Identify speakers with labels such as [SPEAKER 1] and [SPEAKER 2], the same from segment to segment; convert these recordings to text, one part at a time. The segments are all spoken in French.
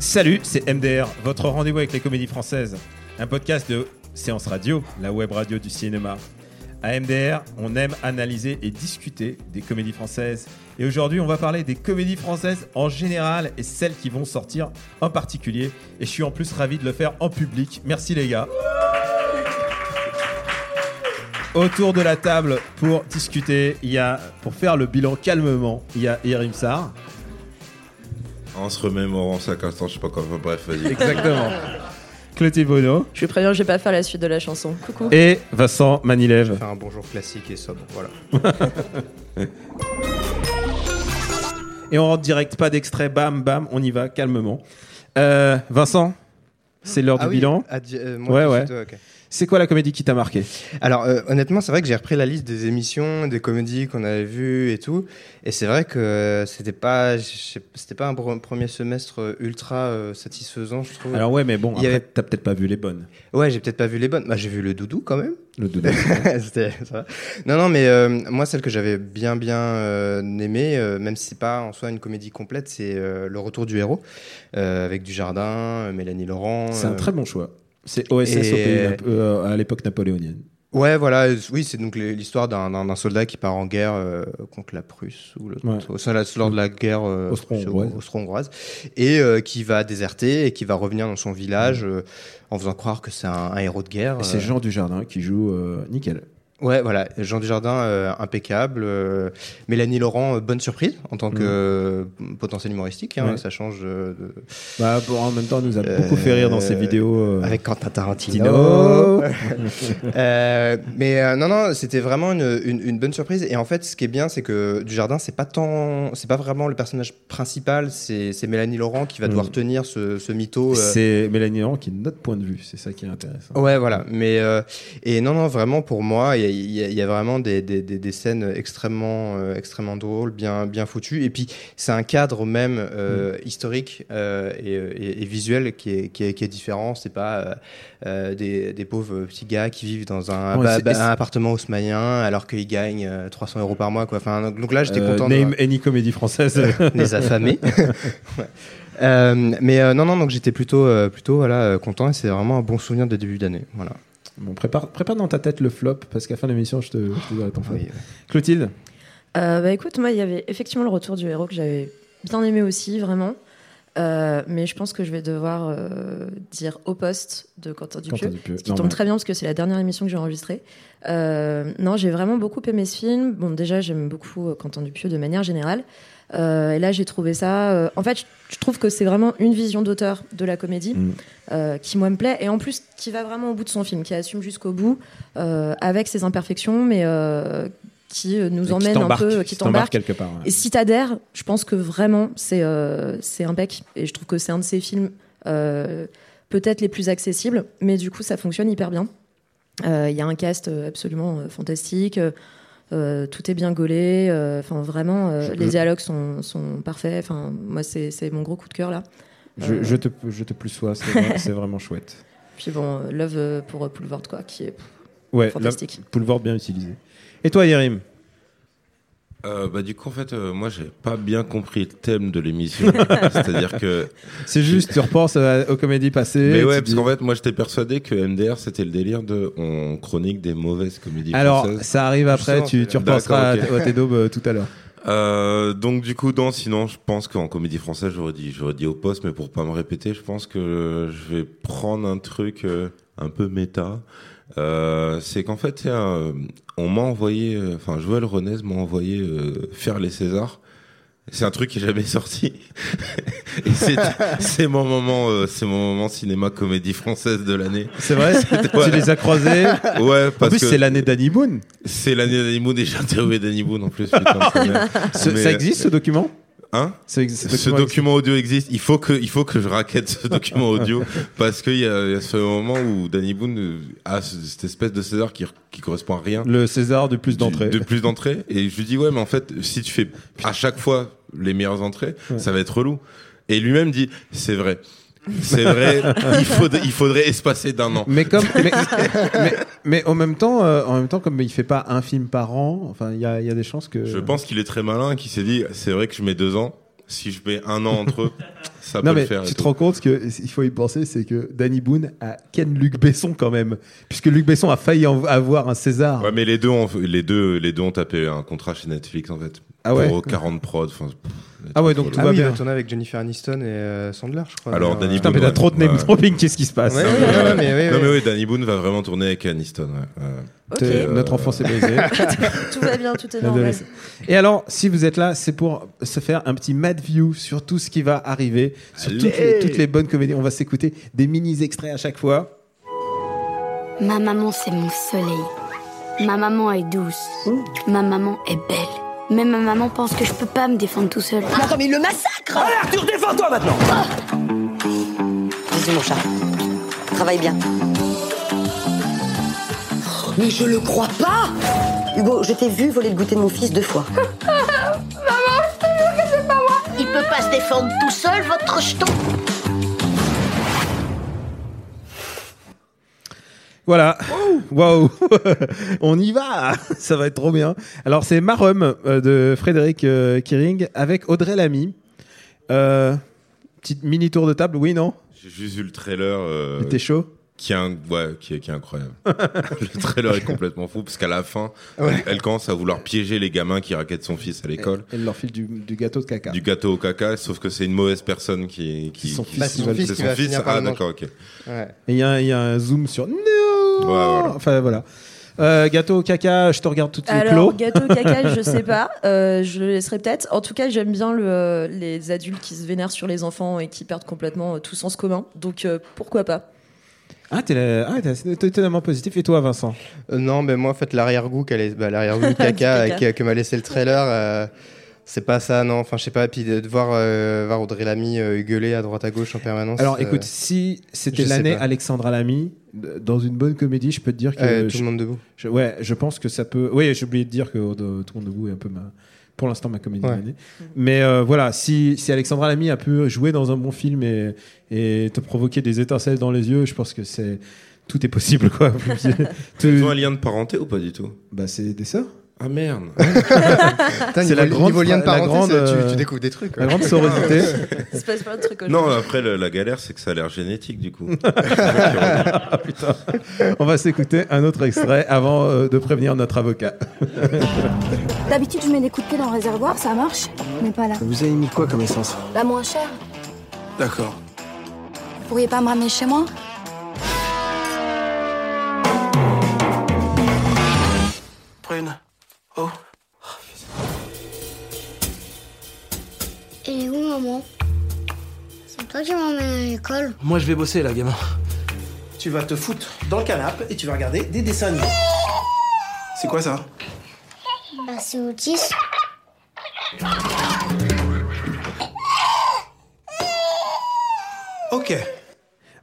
[SPEAKER 1] Salut, c'est MDR, votre rendez-vous avec les comédies françaises. Un podcast de Séance Radio, la web radio du cinéma. À MDR, on aime analyser et discuter des comédies françaises. Et aujourd'hui, on va parler des comédies françaises en général et celles qui vont sortir en particulier. Et je suis en plus ravi de le faire en public. Merci les gars. Autour de la table pour discuter, il y a, pour faire le bilan calmement, il y a Yerim Sarr.
[SPEAKER 2] En se remémorant 50 ans, je sais pas quoi. enfin, Bref, vas-y.
[SPEAKER 1] Exactement. Clotilde Bruno.
[SPEAKER 3] Je suis prévenu, je vais pas faire la suite de la chanson. Coucou.
[SPEAKER 1] Et Vincent Manilève.
[SPEAKER 4] Faire un bonjour classique et sobre, voilà.
[SPEAKER 1] Et on rentre direct, pas d'extrait, bam, bam, on y va calmement. Euh, Vincent, c'est l'heure du bilan.
[SPEAKER 4] ah, di- euh,
[SPEAKER 1] Ouais,
[SPEAKER 4] moi, tout de
[SPEAKER 1] ouais.
[SPEAKER 4] suite, ok.
[SPEAKER 1] C'est quoi la comédie qui t'a marqué
[SPEAKER 4] Alors euh, honnêtement, c'est vrai que j'ai repris la liste des émissions, des comédies qu'on avait vues et tout, et c'est vrai que euh, c'était pas, je sais- c'était pas un pre- premier semestre euh, ultra euh, satisfaisant, je trouve.
[SPEAKER 1] Alors ouais, mais bon,
[SPEAKER 4] Il y
[SPEAKER 1] après,
[SPEAKER 4] avait-
[SPEAKER 1] t'as peut-être pas vu les bonnes.
[SPEAKER 4] Ouais, j'ai peut-être pas vu les bonnes. Bah, j'ai vu le doudou quand même.
[SPEAKER 1] Le doudou.
[SPEAKER 4] C'était- ça va. Non, non, mais euh, moi, celle que j'avais bien, bien euh, aimée, euh, même si c'est pas en soi une comédie complète, c'est euh, Le Retour du héros, euh, avec Dujardin, euh, Mélanie Laurent.
[SPEAKER 1] c'est un
[SPEAKER 4] euh,
[SPEAKER 1] très bon choix. C'est OSS au
[SPEAKER 4] Et-
[SPEAKER 1] pays, un peu, euh, à l'époque napoléonienne.
[SPEAKER 4] Ouais, voilà, euh, oui, c'est donc les- l'histoire d'un- d'un d'un soldat qui part en guerre euh, contre la Prusse ou le,
[SPEAKER 1] Ouais.
[SPEAKER 4] au- ça, là, c'est lors de la guerre euh,
[SPEAKER 1] Austro-hongroise.
[SPEAKER 4] c'est au- austro-hongroise et euh, qui va déserter et qui va revenir dans son village euh, en faisant croire que c'est un, un héros de guerre.
[SPEAKER 1] Et C'est
[SPEAKER 4] euh.
[SPEAKER 1] Jean Dujardin qui joue euh, nickel.
[SPEAKER 4] Ouais, voilà, Jean Dujardin euh, impeccable, euh, Mélanie Laurent euh, bonne surprise en tant que
[SPEAKER 1] Mhm.
[SPEAKER 4] euh, potentiel humoristique, hein,
[SPEAKER 1] Ouais.
[SPEAKER 4] ça change euh, de-
[SPEAKER 1] Bah, bon, en même temps, elle nous a
[SPEAKER 4] Euh,
[SPEAKER 1] beaucoup fait rire dans ses vidéos. euh,
[SPEAKER 4] avec Quentin Tarantino.
[SPEAKER 1] Tino.
[SPEAKER 4] Euh, mais euh, non, non, c'était vraiment une, une- une bonne surprise. Et en fait, ce qui est bien, c'est que Dujardin, c'est pas tant, c'est pas vraiment le personnage principal. C'est c'est Mélanie Laurent qui va devoir
[SPEAKER 1] Mm.
[SPEAKER 4] tenir ce, ce mytho. euh.
[SPEAKER 1] C'est Mélanie Laurent qui est de notre point de vue. C'est ça qui est intéressant.
[SPEAKER 4] Ouais, voilà. Mais euh, et non, non, vraiment pour moi, il y a- il y, a- il y a vraiment des, des, des, des scènes extrêmement, euh, extrêmement drôles, bien, bien foutues. Et puis c'est un cadre même
[SPEAKER 1] Mm.
[SPEAKER 4] euh, historique euh, et, et- et visuel qui est, qui est, qui est différent. C'est pas euh, euh, des, des pauvres petits gars qui vivent dans un,
[SPEAKER 1] Ouais,
[SPEAKER 4] bah-
[SPEAKER 1] c'est-
[SPEAKER 4] bah,
[SPEAKER 1] c'est-
[SPEAKER 4] un appartement haussmanien alors qu'ils gagnent euh, 300 euros par mois. Quoi. Enfin, donc, donc là, j'étais
[SPEAKER 1] Euh,
[SPEAKER 4] content. de-
[SPEAKER 1] Name any comédie française.
[SPEAKER 4] les affamés. Ouais. Euh, mais euh, non, non, donc j'étais plutôt, euh, plutôt voilà, euh, content et c'est vraiment un bon souvenir de début d'année. Voilà.
[SPEAKER 1] Bon, prépare, prépare dans ta tête le flop parce qu'à la fin de l'émission, je te, je te dirai ton flop.
[SPEAKER 4] Oui.
[SPEAKER 1] Clotilde,
[SPEAKER 3] Euh, bah écoute, moi, il y avait effectivement le retour du héros que j'avais bien aimé aussi, vraiment. Euh, mais je pense que je vais devoir euh, dire au poste de Quentin
[SPEAKER 1] Quentin
[SPEAKER 3] Dupieux.
[SPEAKER 1] Dupieux.
[SPEAKER 3] Ce qui tombe
[SPEAKER 1] normal.
[SPEAKER 3] très bien parce que c'est la dernière émission que j'ai enregistrée. Euh, non, j'ai vraiment beaucoup aimé ce film. Bon, déjà, j'aime beaucoup euh, Quentin Dupieux de manière générale. Euh, et là, j'ai trouvé ça. euh, en fait, je- je trouve que c'est vraiment une vision d'auteur de la comédie
[SPEAKER 1] Mm.
[SPEAKER 3] euh, qui, moi, me plaît. Et en plus, qui va vraiment au bout de son film, qui assume jusqu'au bout euh, avec ses imperfections, mais euh, qui euh, nous
[SPEAKER 1] Et qui
[SPEAKER 3] emmène un
[SPEAKER 1] t'embarque,
[SPEAKER 3] peu, qui t'embarque.
[SPEAKER 1] quelque part. ouais.
[SPEAKER 3] Et si t'adhères, je pense que vraiment, c'est euh, c'est impec. Et je trouve que c'est un de ces films euh, peut-être les plus accessibles, mais du coup, ça fonctionne hyper bien. Euh, Il y a un cast euh, absolument euh, fantastique. euh, euh, tout est bien gaulé, euh, enfin vraiment, euh,
[SPEAKER 1] Je-
[SPEAKER 3] les dialogues sont, sont parfaits. Enfin, moi, c'est c'est mon gros coup de cœur là. euh,
[SPEAKER 1] Je, je te, je te plus sois, c'est vrai- c'est vraiment chouette.
[SPEAKER 3] Puis bon, euh, Love euh, pour euh, Poulvord, quoi, qui est
[SPEAKER 1] Ouais,
[SPEAKER 3] fantastique.
[SPEAKER 1] là, Poulvord bien utilisé. Et toi, Yerim
[SPEAKER 2] Euh, bah, du coup, en fait, euh, moi, j'ai pas bien compris le thème de l'émission. C'est-à-dire que.
[SPEAKER 1] C'est juste, tu repenses à- aux comédies passées.
[SPEAKER 2] Mais
[SPEAKER 1] tu
[SPEAKER 2] ouais,
[SPEAKER 1] dis-
[SPEAKER 2] parce qu'en fait, moi, j'étais persuadé que MDR, c'était le délire de. On chronique des mauvaises comédies
[SPEAKER 1] Alors,
[SPEAKER 2] françaises.
[SPEAKER 1] ça arrive après,
[SPEAKER 4] Justement,
[SPEAKER 1] tu,
[SPEAKER 4] c'est-
[SPEAKER 1] tu repenseras
[SPEAKER 2] D'accord,
[SPEAKER 1] à, à tes daubes euh, tout à l'heure.
[SPEAKER 2] Euh, donc, du coup, dans, sinon, je pense qu'en comédie française, j'aurais dit, j'aurais dit au poste, mais pour pas me répéter, je pense que je vais prendre un truc euh, un peu méta. Euh, c'est qu'en fait, c'est un- on m'a envoyé, euh, enfin, Joël Renez m'a envoyé euh, faire les Césars. C'est un truc qui est jamais sorti. Et c'est- c'est mon moment, euh, c'est mon moment cinéma comédie française de l'année.
[SPEAKER 1] C'est vrai Tu les as croisés
[SPEAKER 2] Ouais,
[SPEAKER 1] En
[SPEAKER 2] parce
[SPEAKER 1] plus,
[SPEAKER 2] que
[SPEAKER 1] c'est l'année d'Annie Moon.
[SPEAKER 2] c'est l'année d'Annie Moon et j'ai interviewé Danny Boone en plus. putain, de sa mère.
[SPEAKER 1] Ce-
[SPEAKER 2] Mais-
[SPEAKER 1] ça existe ce document
[SPEAKER 2] Hein
[SPEAKER 1] ce, ex-
[SPEAKER 2] ce document audio existe. Il faut que, il faut que je raquette ce document audio parce qu'il y, a- il y a ce moment où Danny Boone euh, a ce- cette espèce de César qui, qui correspond à rien.
[SPEAKER 1] Le César de plus d'entrées.
[SPEAKER 2] De plus d'entrées. Et je lui dis, ouais, mais en fait, si tu fais à chaque fois les meilleures entrées, ça va être relou. Et lui-même dit, c'est vrai. C'est vrai, il, faudrait, il faudrait espacer d'un an.
[SPEAKER 1] Mais comme, mais, mais- mais en même temps, euh, en même temps, comme il fait pas un film par an, enfin, il y a, il y a des chances que.
[SPEAKER 2] Je pense qu'il est très malin et qu'il s'est dit, c'est vrai que je mets deux ans. Si je mets un an entre eux, ça
[SPEAKER 1] Non
[SPEAKER 2] peut le
[SPEAKER 1] mais
[SPEAKER 2] faire. et
[SPEAKER 1] tu te
[SPEAKER 2] tout.
[SPEAKER 1] rends compte que il faut y penser, c'est que Danny Boone a Ken Luc Besson quand même, puisque Luc Besson a failli en- avoir un César.
[SPEAKER 2] Ouais, mais les deux, ont, les deux, les deux ont tapé un contrat chez Netflix en fait.
[SPEAKER 1] Ah ouais.
[SPEAKER 2] Pour 40 prod. enfin, pff, des
[SPEAKER 1] Ah ouais,
[SPEAKER 2] trucs
[SPEAKER 1] donc
[SPEAKER 2] relous.
[SPEAKER 4] Ah
[SPEAKER 1] va
[SPEAKER 4] oui, il
[SPEAKER 1] bien.
[SPEAKER 4] a tourné avec Jennifer Aniston et euh, Sandler, je crois.
[SPEAKER 2] Alors, Danny
[SPEAKER 1] Putain, mais
[SPEAKER 2] Boone,
[SPEAKER 1] t'as trop de
[SPEAKER 2] ouais.
[SPEAKER 1] name dropping, qu'est-ce qui se passe hein
[SPEAKER 4] Ouais, ouais,
[SPEAKER 2] Ouais, ouais.
[SPEAKER 4] Ah ouais, mais oui,
[SPEAKER 2] Non
[SPEAKER 4] oui.
[SPEAKER 2] mais oui, Danny Boone va vraiment tourner avec Aniston. ouais, ouais.
[SPEAKER 3] Ok,
[SPEAKER 1] T'es-
[SPEAKER 2] euh,
[SPEAKER 1] Notre enfant s'est baisé.
[SPEAKER 3] tout va bien, tout est normal.
[SPEAKER 1] Et alors, si vous êtes là, c'est pour se faire un petit mad view sur tout ce qui va arriver, sur
[SPEAKER 2] Allez.
[SPEAKER 1] toutes les, toutes les bonnes comédies. On va s'écouter des mini extraits à chaque fois.
[SPEAKER 5] Ma maman, c'est mon soleil. Ma maman est douce. Ma maman est belle. Mais ma maman pense que je peux pas me défendre tout seul.
[SPEAKER 6] Attends, mais il le massacre
[SPEAKER 7] Arthur, défends-toi maintenant
[SPEAKER 6] Bisous, mon chat. Travaille bien. Mais je le crois pas Hugo, je t'ai vu voler le goûter de mon fils deux fois.
[SPEAKER 8] Il peut pas se défendre tout seul, votre jeton.
[SPEAKER 1] Voilà. Waouh. On y va. Ça va être trop bien. Alors, c'est Marum euh, de Frédéric euh, Kiring avec Audrey Lamy. Euh, petite mini tour de table. Oui, non
[SPEAKER 2] J'ai juste vu le trailer euh,
[SPEAKER 1] T'es chaud
[SPEAKER 2] qui, est un- ouais, qui, est, qui est incroyable. le trailer est complètement fou parce qu'à la fin, elle, elle commence à vouloir piéger les gamins qui raquettent son fils à l'école.
[SPEAKER 1] Elle leur file du, du gâteau de caca.
[SPEAKER 2] Du gâteau au caca, sauf que c'est une mauvaise personne qui, qui,
[SPEAKER 1] Son
[SPEAKER 2] qui-
[SPEAKER 1] fils,
[SPEAKER 2] c'est
[SPEAKER 1] son fils
[SPEAKER 4] qui va finir par
[SPEAKER 2] Ah
[SPEAKER 4] le
[SPEAKER 2] d'accord, ok.
[SPEAKER 4] Ouais.
[SPEAKER 1] Et il y, a un- il y a un zoom sur. Non
[SPEAKER 2] voilà.
[SPEAKER 1] Enfin, voilà. Euh, gâteau au caca, je te regarde tout de suite. Clos.
[SPEAKER 3] Alors, gâteau caca, je sais pas. Euh, je le laisserai peut-être. En tout cas, j'aime bien le, euh, les adultes qui se vénèrent sur les enfants et qui perdent complètement euh, tout sens commun. Donc, euh, pourquoi pas
[SPEAKER 1] Ah, t'es là- ah, t'es assez- t'es étonnamment positif. Et toi, Vincent
[SPEAKER 4] Euh, non, mais moi, en fait, l'arrière-goût qu'elle est- bah, l'arrière-goût de caca
[SPEAKER 3] Du
[SPEAKER 4] euh,
[SPEAKER 3] caca.
[SPEAKER 4] que, que m'a laissé le trailer, euh, c'est pas ça, non. Enfin, je sais pas. Puis de, de voir, euh, voir Audrey Lamy euh, gueuler à droite à gauche en permanence.
[SPEAKER 1] Alors,
[SPEAKER 4] euh,
[SPEAKER 1] écoute, si c'était
[SPEAKER 4] je sais
[SPEAKER 1] l'année
[SPEAKER 4] pas.
[SPEAKER 1] Alexandra Lamy, d- dans une bonne comédie, je peux te dire que.
[SPEAKER 4] euh, tout
[SPEAKER 1] je-
[SPEAKER 4] le monde debout.
[SPEAKER 1] je- ouais, je pense que ça peut. Oui, j'ai oublié de dire que oh, de- Tourne debout est un peu ma. Pour l'instant, ma comédie de
[SPEAKER 4] Ouais.
[SPEAKER 1] l'année. Mais euh, voilà, si, si Alexandra Lamy a pu jouer dans un bon film et, et te provoquer des étincelles dans les yeux, je pense que c'est. Tout est possible, quoi. Tout-
[SPEAKER 2] Ils ont un lien de parenté ou pas du tout
[SPEAKER 1] Bah, c'est des sœurs.
[SPEAKER 2] Ah merde.
[SPEAKER 4] Putain,
[SPEAKER 1] C'est la
[SPEAKER 4] niveau-
[SPEAKER 1] grande
[SPEAKER 4] niveau lien de
[SPEAKER 1] fra- la
[SPEAKER 4] parenté,
[SPEAKER 1] grande,
[SPEAKER 4] ça, tu,
[SPEAKER 1] euh,
[SPEAKER 4] tu découvres des trucs.
[SPEAKER 1] La
[SPEAKER 4] quoi.
[SPEAKER 1] grande sororité.
[SPEAKER 3] Il se passe plein de trucs
[SPEAKER 2] non,
[SPEAKER 3] aujourd'hui.
[SPEAKER 2] après le- la galère, c'est que ça a l'air génétique du coup.
[SPEAKER 1] On va s'écouter un autre extrait avant euh, de prévenir notre avocat.
[SPEAKER 5] D'habitude, je mets des coups de pied dans le réservoir, ça marche. Mais pas là.
[SPEAKER 7] Vous avez mis quoi comme essence
[SPEAKER 5] La moins chère.
[SPEAKER 7] D'accord.
[SPEAKER 5] Vous pourriez pas me ramener chez moi
[SPEAKER 7] Prune. Oh.
[SPEAKER 8] Et où, maman C'est toi qui m'emmène à l'école.
[SPEAKER 7] Moi, je vais bosser, là, gamin. Tu vas te foutre dans le canapé et tu vas regarder des dessins animés. C'est quoi ça
[SPEAKER 8] Bah, c'est Otis.
[SPEAKER 7] Ok.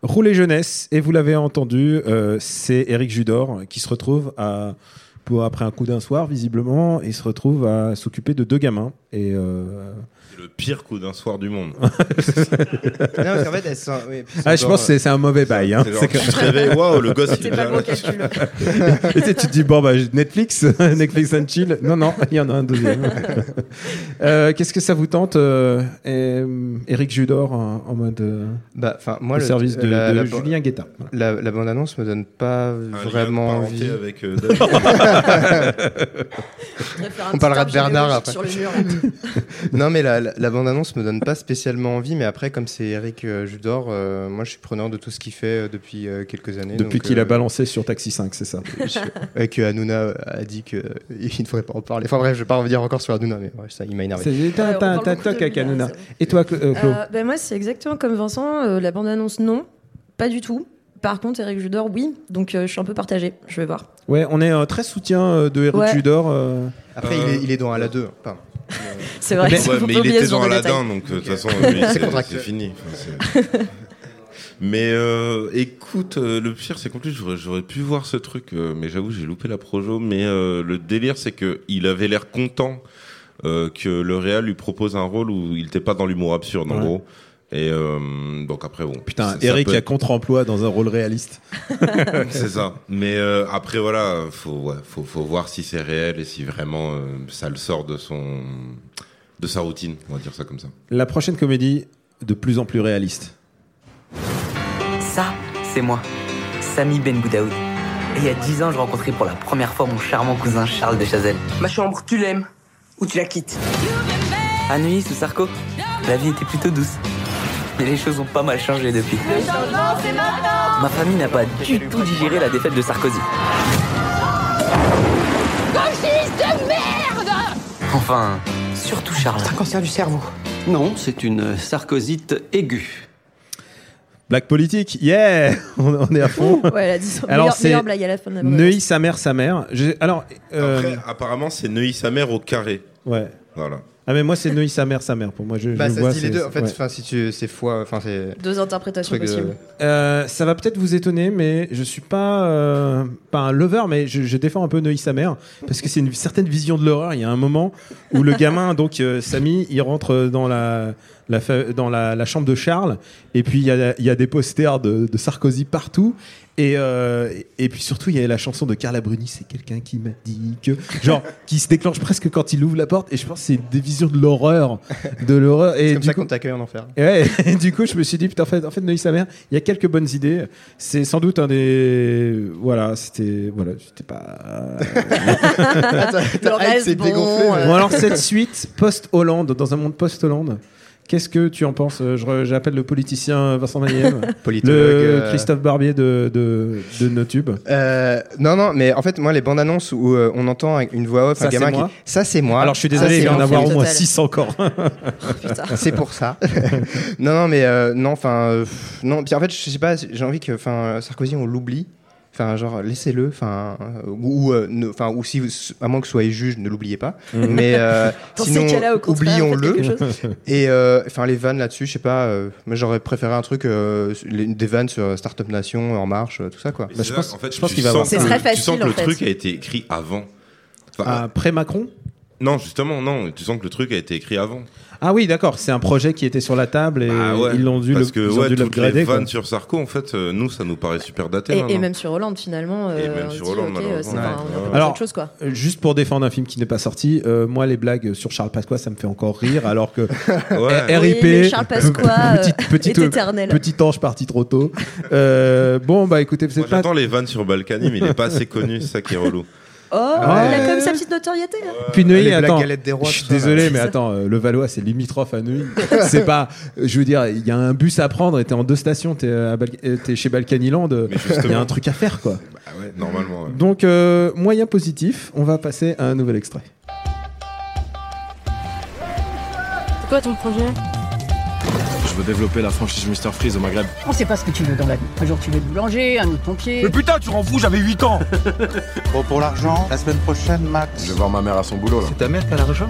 [SPEAKER 1] Roulet jeunesse, et vous l'avez entendu, euh, c'est Eric Judor qui se retrouve à, pour, après un coup d'un soir, visiblement, il se retrouve à s'occuper de deux gamins. Et euh,
[SPEAKER 2] C'est le pire coup d'un soir du monde.
[SPEAKER 4] Non, parce qu'en fait, elles sont- oui, puis elles sont
[SPEAKER 1] ah, je
[SPEAKER 4] dans-
[SPEAKER 1] pense que c'est- c'est un mauvais bail. hein.
[SPEAKER 2] C'est genre,
[SPEAKER 1] C'est
[SPEAKER 2] tu te réveilles, waouh, le gosse il est
[SPEAKER 3] C'est pas
[SPEAKER 2] bien
[SPEAKER 3] le bon
[SPEAKER 2] là.
[SPEAKER 3] calcul.
[SPEAKER 1] que- tu sais, tu te dis bon bah Netflix, Netflix and chill. Non non, il y en a un deuxième. Euh, Qu'est-ce que ça vous tente, euh, euh, Eric Judor en, en mode euh,
[SPEAKER 4] Bah, enfin, moi,
[SPEAKER 1] au
[SPEAKER 4] le-
[SPEAKER 1] service de,
[SPEAKER 4] la,
[SPEAKER 1] de
[SPEAKER 4] la-
[SPEAKER 1] Julien Guetta. Voilà.
[SPEAKER 4] la- la bande-annonce me donne pas
[SPEAKER 2] Un lien de
[SPEAKER 4] vraiment
[SPEAKER 2] parenté
[SPEAKER 4] envie.
[SPEAKER 2] avec euh, David.
[SPEAKER 4] On parlera de Bernard après.
[SPEAKER 3] Sur le mur.
[SPEAKER 4] Non, mais la, la- la bande-annonce me donne pas spécialement envie, mais après, comme c'est Eric euh, Judor, euh, moi je suis preneur de tout ce qu'il fait euh, depuis euh, quelques années.
[SPEAKER 1] Depuis
[SPEAKER 4] donc,
[SPEAKER 1] qu'il
[SPEAKER 4] euh,
[SPEAKER 1] a balancé sur Taxi 5, c'est ça.
[SPEAKER 4] et que Hanouna euh, a dit qu'il ne faudrait pas en parler. Enfin bref, je vais pas revenir encore sur Hanouna, mais ouais, ça, il m'a énervé.
[SPEAKER 1] C'est
[SPEAKER 3] Ouais,
[SPEAKER 1] un
[SPEAKER 3] on parle beaucoup de
[SPEAKER 1] toc à
[SPEAKER 3] Luna,
[SPEAKER 1] Canona.
[SPEAKER 3] c'est vrai.
[SPEAKER 1] Et toi, Cla- euh, Claude
[SPEAKER 3] Euh, ben moi, c'est exactement comme Vincent. euh, la bande-annonce, non, pas du tout. Par contre, Eric Judor, oui. Donc, euh, je suis un peu partagée. Je vais voir.
[SPEAKER 1] Ouais, on est euh, très soutien euh, de Eric
[SPEAKER 3] Ouais.
[SPEAKER 1] Judor. euh.
[SPEAKER 4] Après,
[SPEAKER 2] Euh,
[SPEAKER 4] il, est, il est dans la 2. Pardon.
[SPEAKER 3] C'est vrai.
[SPEAKER 2] Ouais,
[SPEAKER 3] faut
[SPEAKER 2] mais
[SPEAKER 3] pas
[SPEAKER 2] il
[SPEAKER 3] oublier
[SPEAKER 2] était
[SPEAKER 3] ce genre
[SPEAKER 2] dans
[SPEAKER 3] de détail.
[SPEAKER 2] Aladdin, donc euh, de toute façon, lui, c'est c'est
[SPEAKER 4] contractuel.
[SPEAKER 2] fini. Enfin, c'est- mais euh, écoute, euh, le pire, c'est qu'en plus, j'aurais, j'aurais pu voir ce truc, euh, mais j'avoue, j'ai loupé la projo. Mais euh, le délire, c'est que il avait l'air content euh, que le Real lui propose un rôle où il n'était pas dans l'humour absurde, en
[SPEAKER 1] Ouais.
[SPEAKER 2] gros. Et euh, donc après, bon.
[SPEAKER 1] Putain,
[SPEAKER 2] ça- ça
[SPEAKER 1] Eric
[SPEAKER 2] peut
[SPEAKER 1] a contre-emploi dans un rôle réaliste.
[SPEAKER 2] c'est ça. Mais euh, après, voilà, faut, ouais, faut, faut voir si c'est réel et si vraiment euh, ça le sort de son de sa routine, on va dire ça comme ça.
[SPEAKER 1] La prochaine comédie, de plus en plus réaliste.
[SPEAKER 9] Ça, c'est moi, Sami Ben Boudaoud. Et il y a 10 ans, je rencontrais pour la première fois mon charmant cousin Charles de Chazelle.
[SPEAKER 10] Ma chambre, tu l'aimes ou tu la quittes
[SPEAKER 9] Anaïs ou Sarko, la vie était plutôt douce. Mais les choses ont pas mal changé depuis. Ma famille n'a pas du tout digéré la défaite de Sarkozy. Enfin, surtout Charles.
[SPEAKER 10] Un cancer du cerveau.
[SPEAKER 9] Non, c'est une sarcosite aiguë.
[SPEAKER 1] Black Politique, yeah On on est à fond.
[SPEAKER 3] Ouais, la dis-
[SPEAKER 1] Alors,
[SPEAKER 3] meilleure,
[SPEAKER 1] c'est
[SPEAKER 3] meilleure blague à la fin de la bande-annonce.
[SPEAKER 1] Neuilly, sa mère, sa mère. J'ai- Alors, euh,
[SPEAKER 2] Après, apparemment, c'est Neuilly sa mère au carré.
[SPEAKER 1] ouais.
[SPEAKER 2] Voilà.
[SPEAKER 1] Ah, mais moi, c'est Neuilly, sa mère, sa mère. Pour moi, je, je
[SPEAKER 4] Bah, ça
[SPEAKER 1] vois,
[SPEAKER 4] se dit les
[SPEAKER 1] c'est-
[SPEAKER 4] deux. En fait,
[SPEAKER 1] ouais.
[SPEAKER 4] enfin, si tu, c'est foi. Enfin, c'est.
[SPEAKER 3] Deux interprétations
[SPEAKER 4] truc de-
[SPEAKER 3] possibles.
[SPEAKER 1] Euh, ça va peut-être vous étonner, mais je suis pas euh, pas un lover, mais je, je défends un peu Neuilly sa mère parce que c'est une certaine vision de l'horreur. Il y a un moment où le gamin, donc euh, Samy, il rentre euh, dans la, la fa- dans la, la chambre de Charles, et puis il y a, il y a des posters de, de Sarkozy partout. Et, euh, et puis surtout, il y a la chanson de Carla Bruni, c'est quelqu'un qui m'a dit que. Genre, qui se déclenche presque quand il ouvre la porte. Et je pense que c'est des visions de l'horreur. De l'horreur.
[SPEAKER 4] C'est
[SPEAKER 1] Et
[SPEAKER 4] comme
[SPEAKER 1] du
[SPEAKER 4] ça
[SPEAKER 1] coup-
[SPEAKER 4] qu'on t'accueille en enfer.
[SPEAKER 1] et ouais, et du coup, je me suis dit, putain, en fait, en fait Neuilly sa mère, il y a quelques bonnes idées. C'est sans doute un des. Voilà, c'était. Voilà, c'était pas. euh.
[SPEAKER 3] Le reste,
[SPEAKER 4] c'est
[SPEAKER 3] bon,
[SPEAKER 4] dégonflé,
[SPEAKER 3] euh,
[SPEAKER 4] ouais.
[SPEAKER 1] bon, alors, cette suite post-Hollande, dans un monde post-Hollande, qu'est-ce que tu en penses Je re- J'appelle le politicien Vincent Mayem,
[SPEAKER 4] Politologue.
[SPEAKER 1] le
[SPEAKER 4] euh,
[SPEAKER 1] Christophe Barbier de, de, de nos tubes.
[SPEAKER 4] Euh, non, non, mais en fait, moi, les bandes annonces où euh, on entend avec une voix off,
[SPEAKER 1] Ça,
[SPEAKER 4] un gamin
[SPEAKER 1] c'est moi.
[SPEAKER 4] qui. Ça, c'est moi.
[SPEAKER 1] alors, je
[SPEAKER 2] Ah,
[SPEAKER 1] suis
[SPEAKER 4] Ça,
[SPEAKER 1] désolé, il
[SPEAKER 4] c'est
[SPEAKER 1] va en
[SPEAKER 4] moi.
[SPEAKER 1] avoir au
[SPEAKER 3] Total.
[SPEAKER 1] moins 6 encore.
[SPEAKER 3] Oh, putain.
[SPEAKER 4] C'est pour ça. non, non, mais euh, non, enfin, euh, pff, non. Puis en fait, je sais pas, j'ai envie que, enfin, euh, Sarkozy, on l'oublie. Enfin, genre, laissez-le. Enfin, euh, ou, euh, ne- enfin, ou si, vous, à moins que vous soyez juge, ne l'oubliez pas.
[SPEAKER 1] Mm.
[SPEAKER 4] Mais euh,
[SPEAKER 3] Dans
[SPEAKER 4] sinon,
[SPEAKER 3] ces cas-là, au contraire,
[SPEAKER 4] oublions-le.
[SPEAKER 3] faites quelque chose.
[SPEAKER 4] Et euh, enfin, les vannes là-dessus, je sais pas. euh, moi, j'aurais préféré un truc, euh, les- des vannes sur Startup Nation, En Marche, euh, tout ça, quoi.
[SPEAKER 2] Et
[SPEAKER 1] Bah,
[SPEAKER 2] c'est
[SPEAKER 1] je
[SPEAKER 2] là,
[SPEAKER 1] pense-
[SPEAKER 2] en fait,
[SPEAKER 1] je pense
[SPEAKER 2] tu
[SPEAKER 1] qu'il va avoir
[SPEAKER 2] sens que
[SPEAKER 3] ça. C'est
[SPEAKER 2] le-
[SPEAKER 3] très
[SPEAKER 2] Tu sens
[SPEAKER 3] facile,
[SPEAKER 2] que le
[SPEAKER 3] en fait.
[SPEAKER 2] truc a été écrit avant. Enfin,
[SPEAKER 1] Après Ah, Macron
[SPEAKER 2] Non, justement, non. Tu sens que le truc a été écrit avant.
[SPEAKER 1] Ah oui, d'accord, c'est un projet qui était sur la table et
[SPEAKER 2] Ah ouais,
[SPEAKER 1] ils l'ont dû
[SPEAKER 2] Parce
[SPEAKER 1] le-
[SPEAKER 2] que
[SPEAKER 1] ils ont
[SPEAKER 2] ouais,
[SPEAKER 1] dû
[SPEAKER 2] toutes les
[SPEAKER 1] l'upgrader. quoi.
[SPEAKER 2] vannes sur Sarko, en fait, euh, nous, ça nous paraît super daté. hein,
[SPEAKER 3] Et, et
[SPEAKER 2] maintenant.
[SPEAKER 3] même sur Hollande, finalement.
[SPEAKER 2] Et
[SPEAKER 3] euh,
[SPEAKER 2] même
[SPEAKER 3] on
[SPEAKER 2] sur
[SPEAKER 3] dit,
[SPEAKER 2] Hollande,
[SPEAKER 3] ok,
[SPEAKER 2] malheureusement.
[SPEAKER 3] c'est pas-
[SPEAKER 2] Ouais.
[SPEAKER 3] on est pas
[SPEAKER 1] Alors-
[SPEAKER 3] autre chose, quoi.
[SPEAKER 1] Juste pour défendre un film qui n'est pas sorti, euh, moi les blagues sur Charles Pasqua ça me fait encore rire alors que
[SPEAKER 2] Ouais.
[SPEAKER 1] Eh, RIP,
[SPEAKER 3] Oui, mais Charles Pasqua
[SPEAKER 1] petit,
[SPEAKER 3] euh,
[SPEAKER 1] petit,
[SPEAKER 3] est éternel.
[SPEAKER 1] petit ange parti trop tôt. Euh, bon bah écoutez, vous
[SPEAKER 2] Moi,
[SPEAKER 1] êtes pas...
[SPEAKER 2] J'attends les vannes sur Balkany, mais il n'est pas assez connu, c'est ça qui est relou.
[SPEAKER 3] Oh, il a quand même sa petite notoriété, là.
[SPEAKER 1] Puis Neuilly,
[SPEAKER 4] euh, les Black
[SPEAKER 1] attends,
[SPEAKER 4] Galettes des Rois,
[SPEAKER 1] je suis
[SPEAKER 4] tout ça, là.
[SPEAKER 1] désolé mais attends, euh, le Valois c'est limitrophe à Neuilly. c'est pas, je veux dire, il y a un bus à prendre et t'es en deux stations, t'es à Bal- euh, t'es chez Balkanyland, euh,
[SPEAKER 2] Mais
[SPEAKER 1] il y a
[SPEAKER 2] justement.
[SPEAKER 1] un truc à faire quoi.
[SPEAKER 2] Bah ouais, normalement. ouais.
[SPEAKER 1] Donc euh, moyen positif, on va passer à un nouvel extrait.
[SPEAKER 10] C'est quoi ton projet
[SPEAKER 11] Je veux développer la franchise Mister Freeze au Maghreb.
[SPEAKER 10] On sait pas ce que tu veux dans la vie. Un jour tu veux être boulanger, un autre pompier.
[SPEAKER 11] putain, tu rends fou, j'avais 8 ans
[SPEAKER 12] Bon pour l'argent, la semaine prochaine, Max.
[SPEAKER 11] Je vais voir ma mère à son boulot là.
[SPEAKER 9] Ta mère, t'as l'argent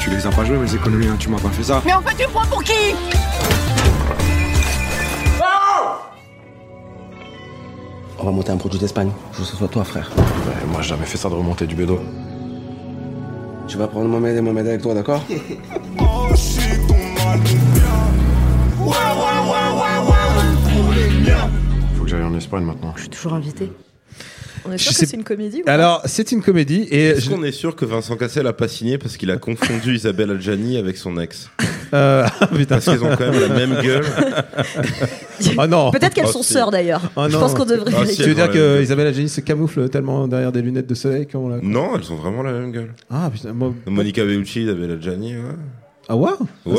[SPEAKER 11] Tu les as pas joués mes économies, hein, tu m'as pas fait ça.
[SPEAKER 10] Mais en fait tu prends pour qui
[SPEAKER 9] On va monter un produit d'Espagne. Je veux que ce soit toi, frère.
[SPEAKER 11] Ouais, moi j'ai jamais fait ça de remonter du bédo.
[SPEAKER 9] Tu vas prendre Mohamed et Mohamed avec toi, d'accord
[SPEAKER 11] Faut que j'aille en Espagne maintenant.
[SPEAKER 10] Je suis toujours invité.
[SPEAKER 3] On est
[SPEAKER 1] Je
[SPEAKER 3] sûr
[SPEAKER 1] sais-
[SPEAKER 3] que c'est une comédie ou pas
[SPEAKER 1] Alors c'est une comédie et
[SPEAKER 2] Est-ce
[SPEAKER 1] je-
[SPEAKER 2] qu'on est sûr que Vincent Cassel a pas signé parce qu'il a confondu Isabelle Adjani avec son ex
[SPEAKER 1] Euh, putain.
[SPEAKER 2] Parce qu'ils ont quand même la même gueule.
[SPEAKER 1] Ah non.
[SPEAKER 3] Peut-être qu'elles sont sœurs d'ailleurs.
[SPEAKER 1] Ah
[SPEAKER 3] je
[SPEAKER 1] non.
[SPEAKER 3] pense qu'on devrait
[SPEAKER 2] Ah, si,
[SPEAKER 3] vérifier.
[SPEAKER 1] Tu veux dire
[SPEAKER 2] elles ont la même
[SPEAKER 1] que
[SPEAKER 2] gueule.
[SPEAKER 1] Isabelle Adjani se camoufle tellement derrière des lunettes de soleil qu'on la.
[SPEAKER 2] Non, elles ont vraiment la même gueule.
[SPEAKER 1] Ah putain, moi.
[SPEAKER 2] Monica Bellucci, Isabelle Adjani, ouais.
[SPEAKER 1] Ah ouais
[SPEAKER 2] Ouais.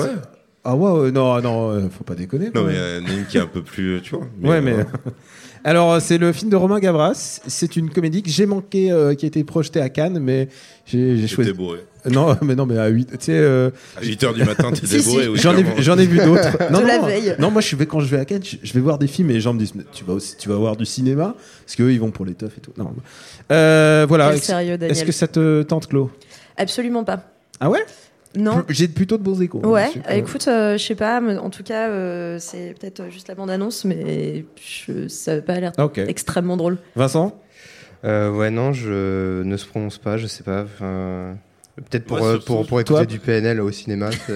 [SPEAKER 1] Ah ouais, ouais, non, non, euh, faut pas déconner.
[SPEAKER 2] Non,
[SPEAKER 1] quoi.
[SPEAKER 2] mais euh, il y en a une qui est un peu plus, euh, tu vois.
[SPEAKER 1] ouais, mais. Alors, euh, c'est le film de Romain Gavras. C'est une comédie que j'ai manqué, euh, qui a été projetée à Cannes, mais j'ai j'ai choisi. Euh,
[SPEAKER 2] bourré.
[SPEAKER 1] Non, mais non, mais à 8 tu sais. euh,
[SPEAKER 2] À 8 heures du matin, t'es Si, bourré, si. oui,
[SPEAKER 1] J'en ai, vu-
[SPEAKER 2] clairement.
[SPEAKER 1] j'en ai vu d'autres.
[SPEAKER 2] De
[SPEAKER 1] Non,
[SPEAKER 2] la
[SPEAKER 1] non,
[SPEAKER 2] veille.
[SPEAKER 1] Non, moi, je vais quand je vais à Cannes, je, je vais voir des films et les gens me disent, mais tu vas aussi, tu vas voir du cinéma, parce qu'eux, ils vont pour les teufs et tout. Non. Euh, voilà.
[SPEAKER 3] Quel
[SPEAKER 1] Est-ce-
[SPEAKER 3] sérieux, Daniel.
[SPEAKER 1] Est-ce que ça te tente, Claude
[SPEAKER 3] Absolument pas.
[SPEAKER 1] Ah ouais
[SPEAKER 3] Non.
[SPEAKER 1] Plus- J'ai plutôt de bons échos. hein,
[SPEAKER 3] Ouais,
[SPEAKER 1] dessus, quand
[SPEAKER 3] euh,
[SPEAKER 1] même.
[SPEAKER 3] écoute, euh, je sais pas, mais en tout cas, euh, c'est peut-être juste la bande-annonce, mais je- ça a pas l'air
[SPEAKER 4] Ok.
[SPEAKER 3] extrêmement drôle.
[SPEAKER 1] Vincent
[SPEAKER 4] Euh, Ouais, non, je ne se prononce pas, je sais pas. enfin, Peut-être pour,
[SPEAKER 2] Ouais,
[SPEAKER 4] euh,
[SPEAKER 2] sur-
[SPEAKER 4] pour,
[SPEAKER 2] sur-
[SPEAKER 4] pour écouter
[SPEAKER 2] toi-
[SPEAKER 4] du PNL au cinéma. c'est-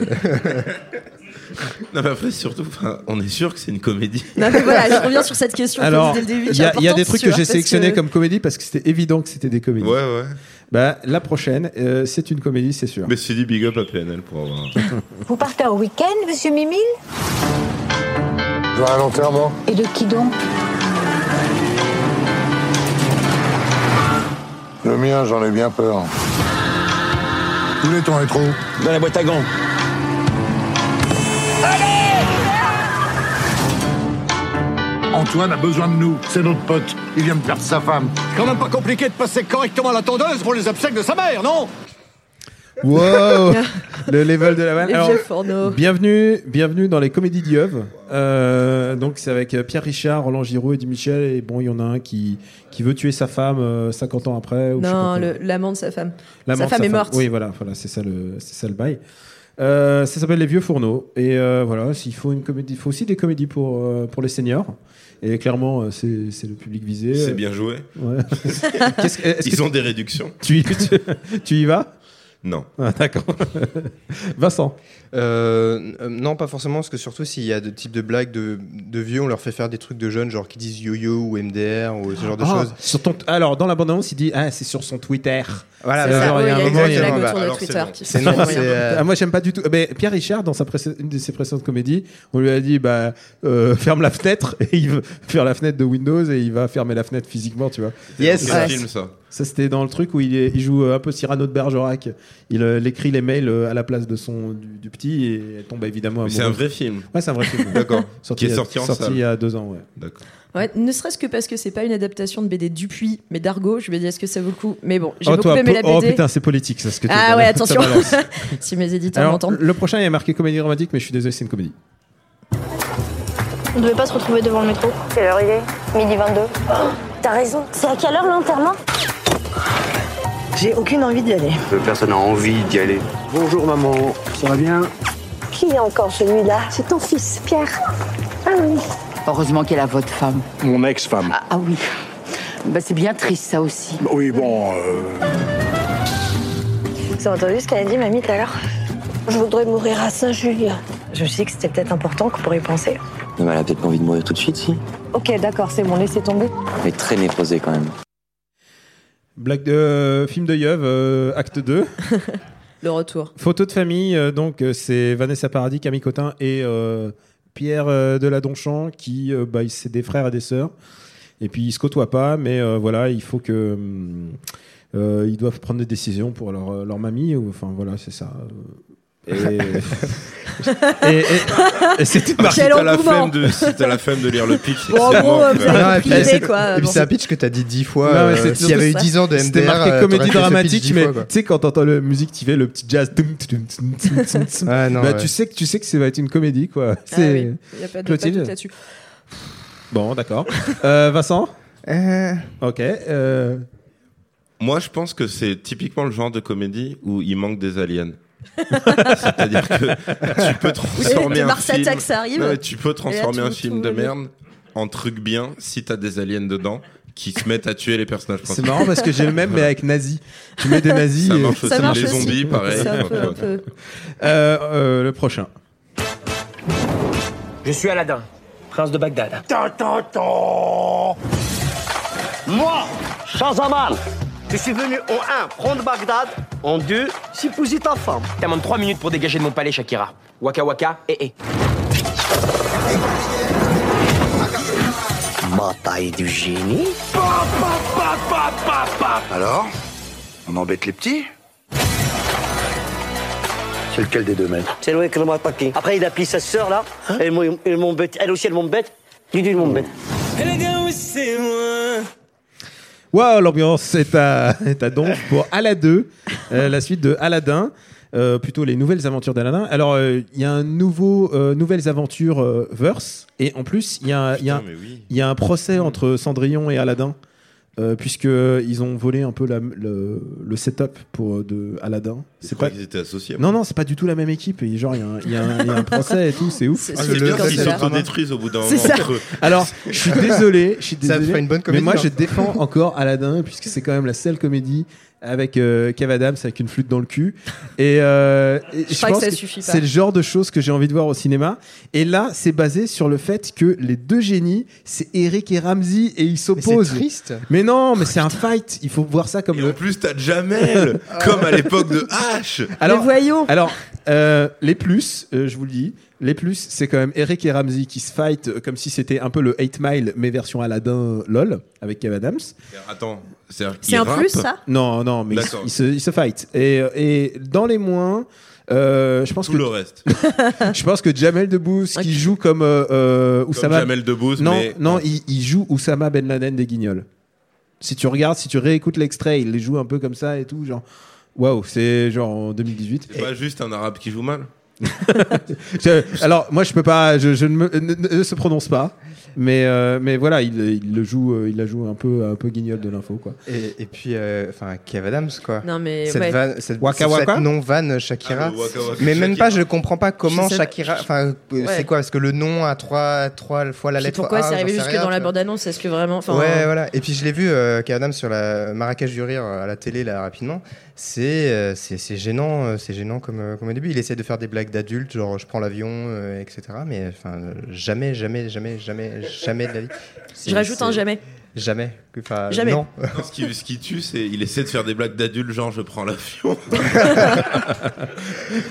[SPEAKER 2] Non, mais après, surtout, enfin, on est sûr que c'est une comédie.
[SPEAKER 3] Non, mais voilà, je reviens sur cette question que
[SPEAKER 1] Alors,
[SPEAKER 3] dès le début.
[SPEAKER 1] il
[SPEAKER 3] qui
[SPEAKER 1] y,
[SPEAKER 3] est
[SPEAKER 1] a- il y a des
[SPEAKER 3] importante,
[SPEAKER 1] trucs
[SPEAKER 3] tu
[SPEAKER 1] que
[SPEAKER 3] vois,
[SPEAKER 1] j'ai
[SPEAKER 3] parce
[SPEAKER 1] sélectionnés comme comédie parce que c'était évident que c'était des comédies.
[SPEAKER 2] Ouais, ouais.
[SPEAKER 1] Bah, la prochaine, euh, c'est une comédie, c'est sûr.
[SPEAKER 2] Mais c'est dit big up à PNL pour avoir.
[SPEAKER 1] euh,
[SPEAKER 13] Vous partez en week-end, monsieur Mimile
[SPEAKER 2] Je à l'enterrement.
[SPEAKER 13] Et de qui donc
[SPEAKER 14] Le mien, j'en ai bien peur. Où est ton rétro Dans la boîte à gants. Antoine a besoin de nous, c'est notre pote. Il vient de perdre sa femme. Quand même pas compliqué de passer correctement la tondeuse pour les obsèques de sa mère, non
[SPEAKER 1] Wow Le level de la vanne.
[SPEAKER 3] Les
[SPEAKER 1] Alors,
[SPEAKER 3] vieux fourneaux.
[SPEAKER 1] bienvenue, bienvenue dans les comédies d'Yeuve. Euh, donc, c'est avec euh, Pierre Richard, Roland Giraud, Eddie Michel. Et bon, il y en a un qui, qui veut tuer sa femme euh, 50 ans après. ou je sais
[SPEAKER 3] Non,
[SPEAKER 1] pas quoi.
[SPEAKER 3] le- l'amant de sa femme.
[SPEAKER 1] La
[SPEAKER 3] sa
[SPEAKER 1] mort de
[SPEAKER 3] femme est morte.
[SPEAKER 1] Oui, voilà, voilà c'est ça, le- c'est ça le bail. Euh, ça s'appelle Les Vieux Fourneaux. Et euh, voilà, s'il faut une comédie, il faut aussi des comédies pour, euh, pour les seniors. Et clairement, euh, c'est c'est le public visé.
[SPEAKER 2] C'est bien joué.
[SPEAKER 1] Ouais. Qu'est-ce que- est-ce
[SPEAKER 2] Ils
[SPEAKER 1] que
[SPEAKER 2] ont
[SPEAKER 1] tu-
[SPEAKER 2] des réductions.
[SPEAKER 1] Tu, tu, tu y vas
[SPEAKER 2] Non.
[SPEAKER 1] Ah, D'accord. Vincent
[SPEAKER 4] Euh, euh, non, pas forcément, parce que surtout s'il y a de types de blagues de, de vieux, on leur fait faire des trucs de jeunes, genre qui disent yo-yo ou MDR ou ce genre de
[SPEAKER 1] Ah,
[SPEAKER 4] choses.
[SPEAKER 1] sur ton Alors, dans la bande-annonce, il dit Ah, c'est sur son Twitter.
[SPEAKER 4] Voilà,
[SPEAKER 1] C'est
[SPEAKER 4] voilà.
[SPEAKER 1] genre,
[SPEAKER 4] Oui,
[SPEAKER 1] il y a un
[SPEAKER 4] il y a
[SPEAKER 1] moment,
[SPEAKER 4] une
[SPEAKER 1] il y a-
[SPEAKER 4] blague autour de Alors, c'est Twitter bon. qui C'est fait non, sourire. c'est, euh,
[SPEAKER 1] Ah, Moi, j'aime pas du tout. Mais Pierre Richard, dans sa précé- une de ses précédentes comédies, on lui a dit bah, euh, Ferme la fenêtre. Et il veut faire la fenêtre de Windows et il va fermer la fenêtre physiquement, tu vois.
[SPEAKER 2] Yes.
[SPEAKER 1] Ah
[SPEAKER 2] dans quel film, ça
[SPEAKER 1] c'était dans le truc où il, est- il joue euh, un peu Cyrano de Bergerac. Il, euh, il écrit les mails euh, à la place de son, du, du petit et elle tombe évidemment amoureuse.
[SPEAKER 2] Mais c'est un vrai film.
[SPEAKER 1] Ouais, c'est un vrai film. ouais.
[SPEAKER 2] D'accord. Qui est
[SPEAKER 1] il y a-
[SPEAKER 2] sorti en salle.
[SPEAKER 1] il y a deux ans, ouais.
[SPEAKER 2] D'accord.
[SPEAKER 3] Ouais, ne serait-ce que parce que c'est pas une adaptation de BD Dupuis, mais d'Argo. Je me dis, est-ce que ça vaut le coup Mais bon, j'ai
[SPEAKER 1] Oh,
[SPEAKER 3] beaucoup
[SPEAKER 1] toi,
[SPEAKER 3] aimé la
[SPEAKER 1] po- oh,
[SPEAKER 3] BD.
[SPEAKER 1] putain, c'est politique, ça, ce que tu
[SPEAKER 3] Ah
[SPEAKER 1] dis.
[SPEAKER 3] ouais,
[SPEAKER 1] Ça
[SPEAKER 3] attention.
[SPEAKER 1] balance.
[SPEAKER 3] si mes éditeurs
[SPEAKER 1] Alors,
[SPEAKER 3] m'entendent.
[SPEAKER 1] le prochain est marqué comédie dramatique, mais je suis désolé, c'est une comédie.
[SPEAKER 15] On devait pas se retrouver devant le métro. Quelle heure il est Midi 22.
[SPEAKER 6] T'as raison, c'est à quelle heure l'enterrement J'ai aucune envie d'y aller.
[SPEAKER 11] Personne n'a envie d'y aller. Bonjour maman, ça va bien
[SPEAKER 6] Qui est encore celui-là C'est ton fils, Pierre. Ah oui.
[SPEAKER 10] Heureusement qu'elle a votre femme.
[SPEAKER 11] Mon ex-femme.
[SPEAKER 10] Ah, ah oui. Bah, c'est bien triste, ça aussi.
[SPEAKER 11] Oui, bon. euh,
[SPEAKER 6] Vous avez entendu ce qu'elle a dit, mamie, tout à l'heure Je voudrais mourir à Saint-Julien. Je me suis dit que c'était peut-être important qu'on pourrait y penser.
[SPEAKER 9] Non, mais elle a peut-être pas envie de mourir tout de suite, si.
[SPEAKER 6] Ok, d'accord, c'est bon, laissez tomber.
[SPEAKER 9] Elle est très névrosée quand même.
[SPEAKER 1] Blague de euh, film de Yeuve, euh, acte 2.
[SPEAKER 3] Le retour.
[SPEAKER 1] Photo de famille, euh, donc euh, c'est Vanessa Paradis, Camille Cotin et euh, Pierre euh, de la Donchamp, qui euh, bah, ils- c'est des frères et des sœurs. Et puis ils se côtoient pas, mais euh, voilà, il faut que hum, euh, ils doivent prendre des décisions pour leur, euh, leur mamie. ou- Enfin voilà, c'est ça. euh, Et, et- et- et c'est tout.
[SPEAKER 2] Ah, si
[SPEAKER 1] Quel
[SPEAKER 2] t'as la
[SPEAKER 1] engouement
[SPEAKER 2] flemme de, si t'as la flemme de lire le pitch, c'est que
[SPEAKER 1] Bon, en
[SPEAKER 2] c'est
[SPEAKER 1] gros,
[SPEAKER 2] mort,
[SPEAKER 1] euh,
[SPEAKER 2] tu
[SPEAKER 1] vous
[SPEAKER 2] vois.
[SPEAKER 1] avez
[SPEAKER 4] Ah, et puis,
[SPEAKER 1] Pilé,
[SPEAKER 4] c'est-
[SPEAKER 1] quoi,
[SPEAKER 4] et puis
[SPEAKER 1] bon.
[SPEAKER 4] c'est un pitch que t'as dit dix fois.
[SPEAKER 1] Non, mais
[SPEAKER 4] euh,
[SPEAKER 1] c'est
[SPEAKER 4] S'il y avait eu
[SPEAKER 1] ça.
[SPEAKER 4] 10 ans de MDR,
[SPEAKER 1] C'était marqué
[SPEAKER 4] euh, t'aurais
[SPEAKER 1] comédie
[SPEAKER 4] fait ce pitch
[SPEAKER 1] dramatique,
[SPEAKER 4] dix
[SPEAKER 1] mais
[SPEAKER 4] fois,
[SPEAKER 1] tu
[SPEAKER 4] quoi.
[SPEAKER 1] sais, quand t'entends la musique, tu fais le petit jazz. tum, tum, tum, tum, tum, tum.
[SPEAKER 4] Ouais, non,
[SPEAKER 1] bah,
[SPEAKER 4] Ah, ouais.
[SPEAKER 1] Tu sais que tu sais que ça va être une comédie, quoi.
[SPEAKER 3] Ah
[SPEAKER 1] C'est-
[SPEAKER 3] oui, il y a pas de pas de
[SPEAKER 1] Clotilde
[SPEAKER 3] doute là-dessus.
[SPEAKER 1] Bon, d'accord. Euh, Vincent Ok. euh,
[SPEAKER 2] Moi, je pense que c'est typiquement le genre de comédie où il manque des aliens. C'est-à-dire que tu peux transformer
[SPEAKER 3] Oui,
[SPEAKER 2] un
[SPEAKER 3] Mars
[SPEAKER 2] film.
[SPEAKER 3] Attack, ça arrive.
[SPEAKER 2] Non, mais tu peux transformer
[SPEAKER 3] Et là,
[SPEAKER 2] un
[SPEAKER 3] tout-
[SPEAKER 2] film
[SPEAKER 3] tout
[SPEAKER 2] de
[SPEAKER 3] va bien.
[SPEAKER 2] merde en truc bien si t'as des aliens dedans qui se mettent à tuer les personnages
[SPEAKER 1] C'est
[SPEAKER 2] principaux.
[SPEAKER 1] marrant parce que j'ai le même, mais avec nazis. Tu mets des nazis. euh,
[SPEAKER 2] Ça
[SPEAKER 1] et-
[SPEAKER 2] marche Ça aussi, marche les aussi. zombies, pareil.
[SPEAKER 3] C'est un peu- un peu.
[SPEAKER 1] Euh, euh, le prochain.
[SPEAKER 9] Je suis Aladdin, prince de Bagdad.
[SPEAKER 16] Moi, Shazaman, Je suis venu en 1 prendre Bagdad, en 2 supposer ta femme.
[SPEAKER 17] T'as moins de 3 minutes pour dégager de mon palais, Shakira. Waka waka, eh eh.
[SPEAKER 16] Bataille du génie.
[SPEAKER 14] Alors On embête les petits C'est lequel des deux mecs
[SPEAKER 16] C'est Loïc qui m'a attaqué. Après, il a pris sa sœur là.
[SPEAKER 6] Hein?
[SPEAKER 16] elle m'ont- elle m'embête. Elle aussi, elle m'embête. Dudu, elle m'embête.
[SPEAKER 1] Waouh, l'ambiance est à, est à Donf pour Ala 2, euh, la suite de Aladdin. euh, plutôt les nouvelles aventures d'Aladdin. Alors, euh, il y a un nouveau, euh, nouvelles aventures euh, verse, et en plus, il y, a un- il y a un-
[SPEAKER 2] Putain, mais oui.
[SPEAKER 1] il y a un procès entre Cendrillon et Aladdin, euh, puisque ils ont volé un peu la- le, le setup pour, euh, de Aladdin.
[SPEAKER 2] C'est pas qu'ils étaient associés. Ah,
[SPEAKER 1] Non, non, c'est pas du tout la même équipe. Et genre, il y a un- il y, a un- il y a un procès et tout, c'est ouf.
[SPEAKER 2] Ah, c'est bien s'ils s'autodétruisent au bout d'un moment.
[SPEAKER 1] C'est ça.
[SPEAKER 2] entre eux.
[SPEAKER 1] Alors, je suis désolé, je suis
[SPEAKER 4] Ça
[SPEAKER 1] désolé.
[SPEAKER 4] fera une bonne
[SPEAKER 1] mais
[SPEAKER 4] comédie,
[SPEAKER 1] moi,
[SPEAKER 4] hein.
[SPEAKER 1] je défends encore Aladdin puisque c'est quand même la seule comédie avec euh, Kev Adams avec une flûte dans le cul. Et, euh, et
[SPEAKER 3] Je crois que ça suffit pas.
[SPEAKER 1] c'est le genre de choses que j'ai envie de voir au cinéma. Et là, c'est basé sur le fait que les deux génies, c'est Eric et Ramsey, et ils s'opposent.
[SPEAKER 4] c'est triste. Oh,
[SPEAKER 1] Mais non, mais c'est un fight. Il faut voir ça comme le.
[SPEAKER 2] plus, t'as Jamel,
[SPEAKER 1] Ah.
[SPEAKER 2] comme à l'époque de H.
[SPEAKER 1] Alors, voyons. Alors, euh, les plus, euh, je vous le dis, les plus, c'est quand même Eric et Ramsey qui se fight euh, comme si c'était un peu le 8 Mile, mais version Aladdin LOL, avec Kev Adams.
[SPEAKER 2] Attends, c'est
[SPEAKER 1] C'est un plus, ça Non, non, mais ils,
[SPEAKER 2] D'accord.
[SPEAKER 1] ils se, ils se fight. Et, euh, et dans les moins, euh, je pense
[SPEAKER 2] Tout
[SPEAKER 1] que.
[SPEAKER 2] le reste.
[SPEAKER 1] je pense que Jamel Debbouze, qui joue comme euh, euh, Oussama.
[SPEAKER 2] Jamel Debbouze,
[SPEAKER 1] non,
[SPEAKER 2] mais-
[SPEAKER 1] Non, il, il joue Oussama Ben Laden des Guignols. Si tu regardes, si tu réécoutes l'extrait, il les joue un peu comme ça et tout, genre. Waouh, c'est genre en 2018.
[SPEAKER 2] C'est pas juste un arabe qui joue mal.
[SPEAKER 1] Je- alors, moi, je peux pas, je, je ne, me- ne- ne- ne se prononce pas, mais, euh, mais voilà, il, il le joue, euh, il la joue un peu, un peu guignol de l'info, quoi.
[SPEAKER 4] Et, et puis, euh, enfin, Kev Adams, quoi.
[SPEAKER 3] Non, mais
[SPEAKER 4] Cette,
[SPEAKER 3] ouais.
[SPEAKER 4] vanne- cette,
[SPEAKER 1] Waka
[SPEAKER 4] cette
[SPEAKER 1] Waka
[SPEAKER 4] non-vanne Shakira.
[SPEAKER 2] Ah, le Waka Waka
[SPEAKER 4] mais même
[SPEAKER 2] Shakira.
[SPEAKER 4] pas, je comprends pas comment
[SPEAKER 3] Je sais-
[SPEAKER 4] Shakira. Enfin, euh,
[SPEAKER 3] Ouais.
[SPEAKER 4] c'est quoi Parce que le nom a trois, trois fois la
[SPEAKER 3] Puis
[SPEAKER 4] lettre
[SPEAKER 3] pourquoi
[SPEAKER 4] A,
[SPEAKER 3] c'est arrivé
[SPEAKER 4] j'en sais
[SPEAKER 3] jusque
[SPEAKER 4] rien,
[SPEAKER 3] dans la
[SPEAKER 4] tu vois.
[SPEAKER 3] bande-annonce Est-ce que vraiment. enfin,
[SPEAKER 4] ouais,
[SPEAKER 3] euh,
[SPEAKER 4] voilà. Et puis je l'ai vu, euh, Kev Adams, sur la Marrakech du Rire euh, à la télé, là, rapidement. C'est euh, c'est c'est gênant, euh, c'est gênant comme, euh, comme au début. Il essaie de faire des blagues d'adultes, genre je prends l'avion, euh, etc. Mais enfin, euh, jamais, jamais, jamais, jamais, jamais de la vie. C'est-
[SPEAKER 3] Je rajoute un
[SPEAKER 4] c'est-
[SPEAKER 3] jamais.
[SPEAKER 4] Jamais. Enfin,
[SPEAKER 3] Jamais.
[SPEAKER 4] Non.
[SPEAKER 2] Non, ce, qui, ce qui tue, c'est il essaie de faire des blagues d'adultes, genre je prends l'avion.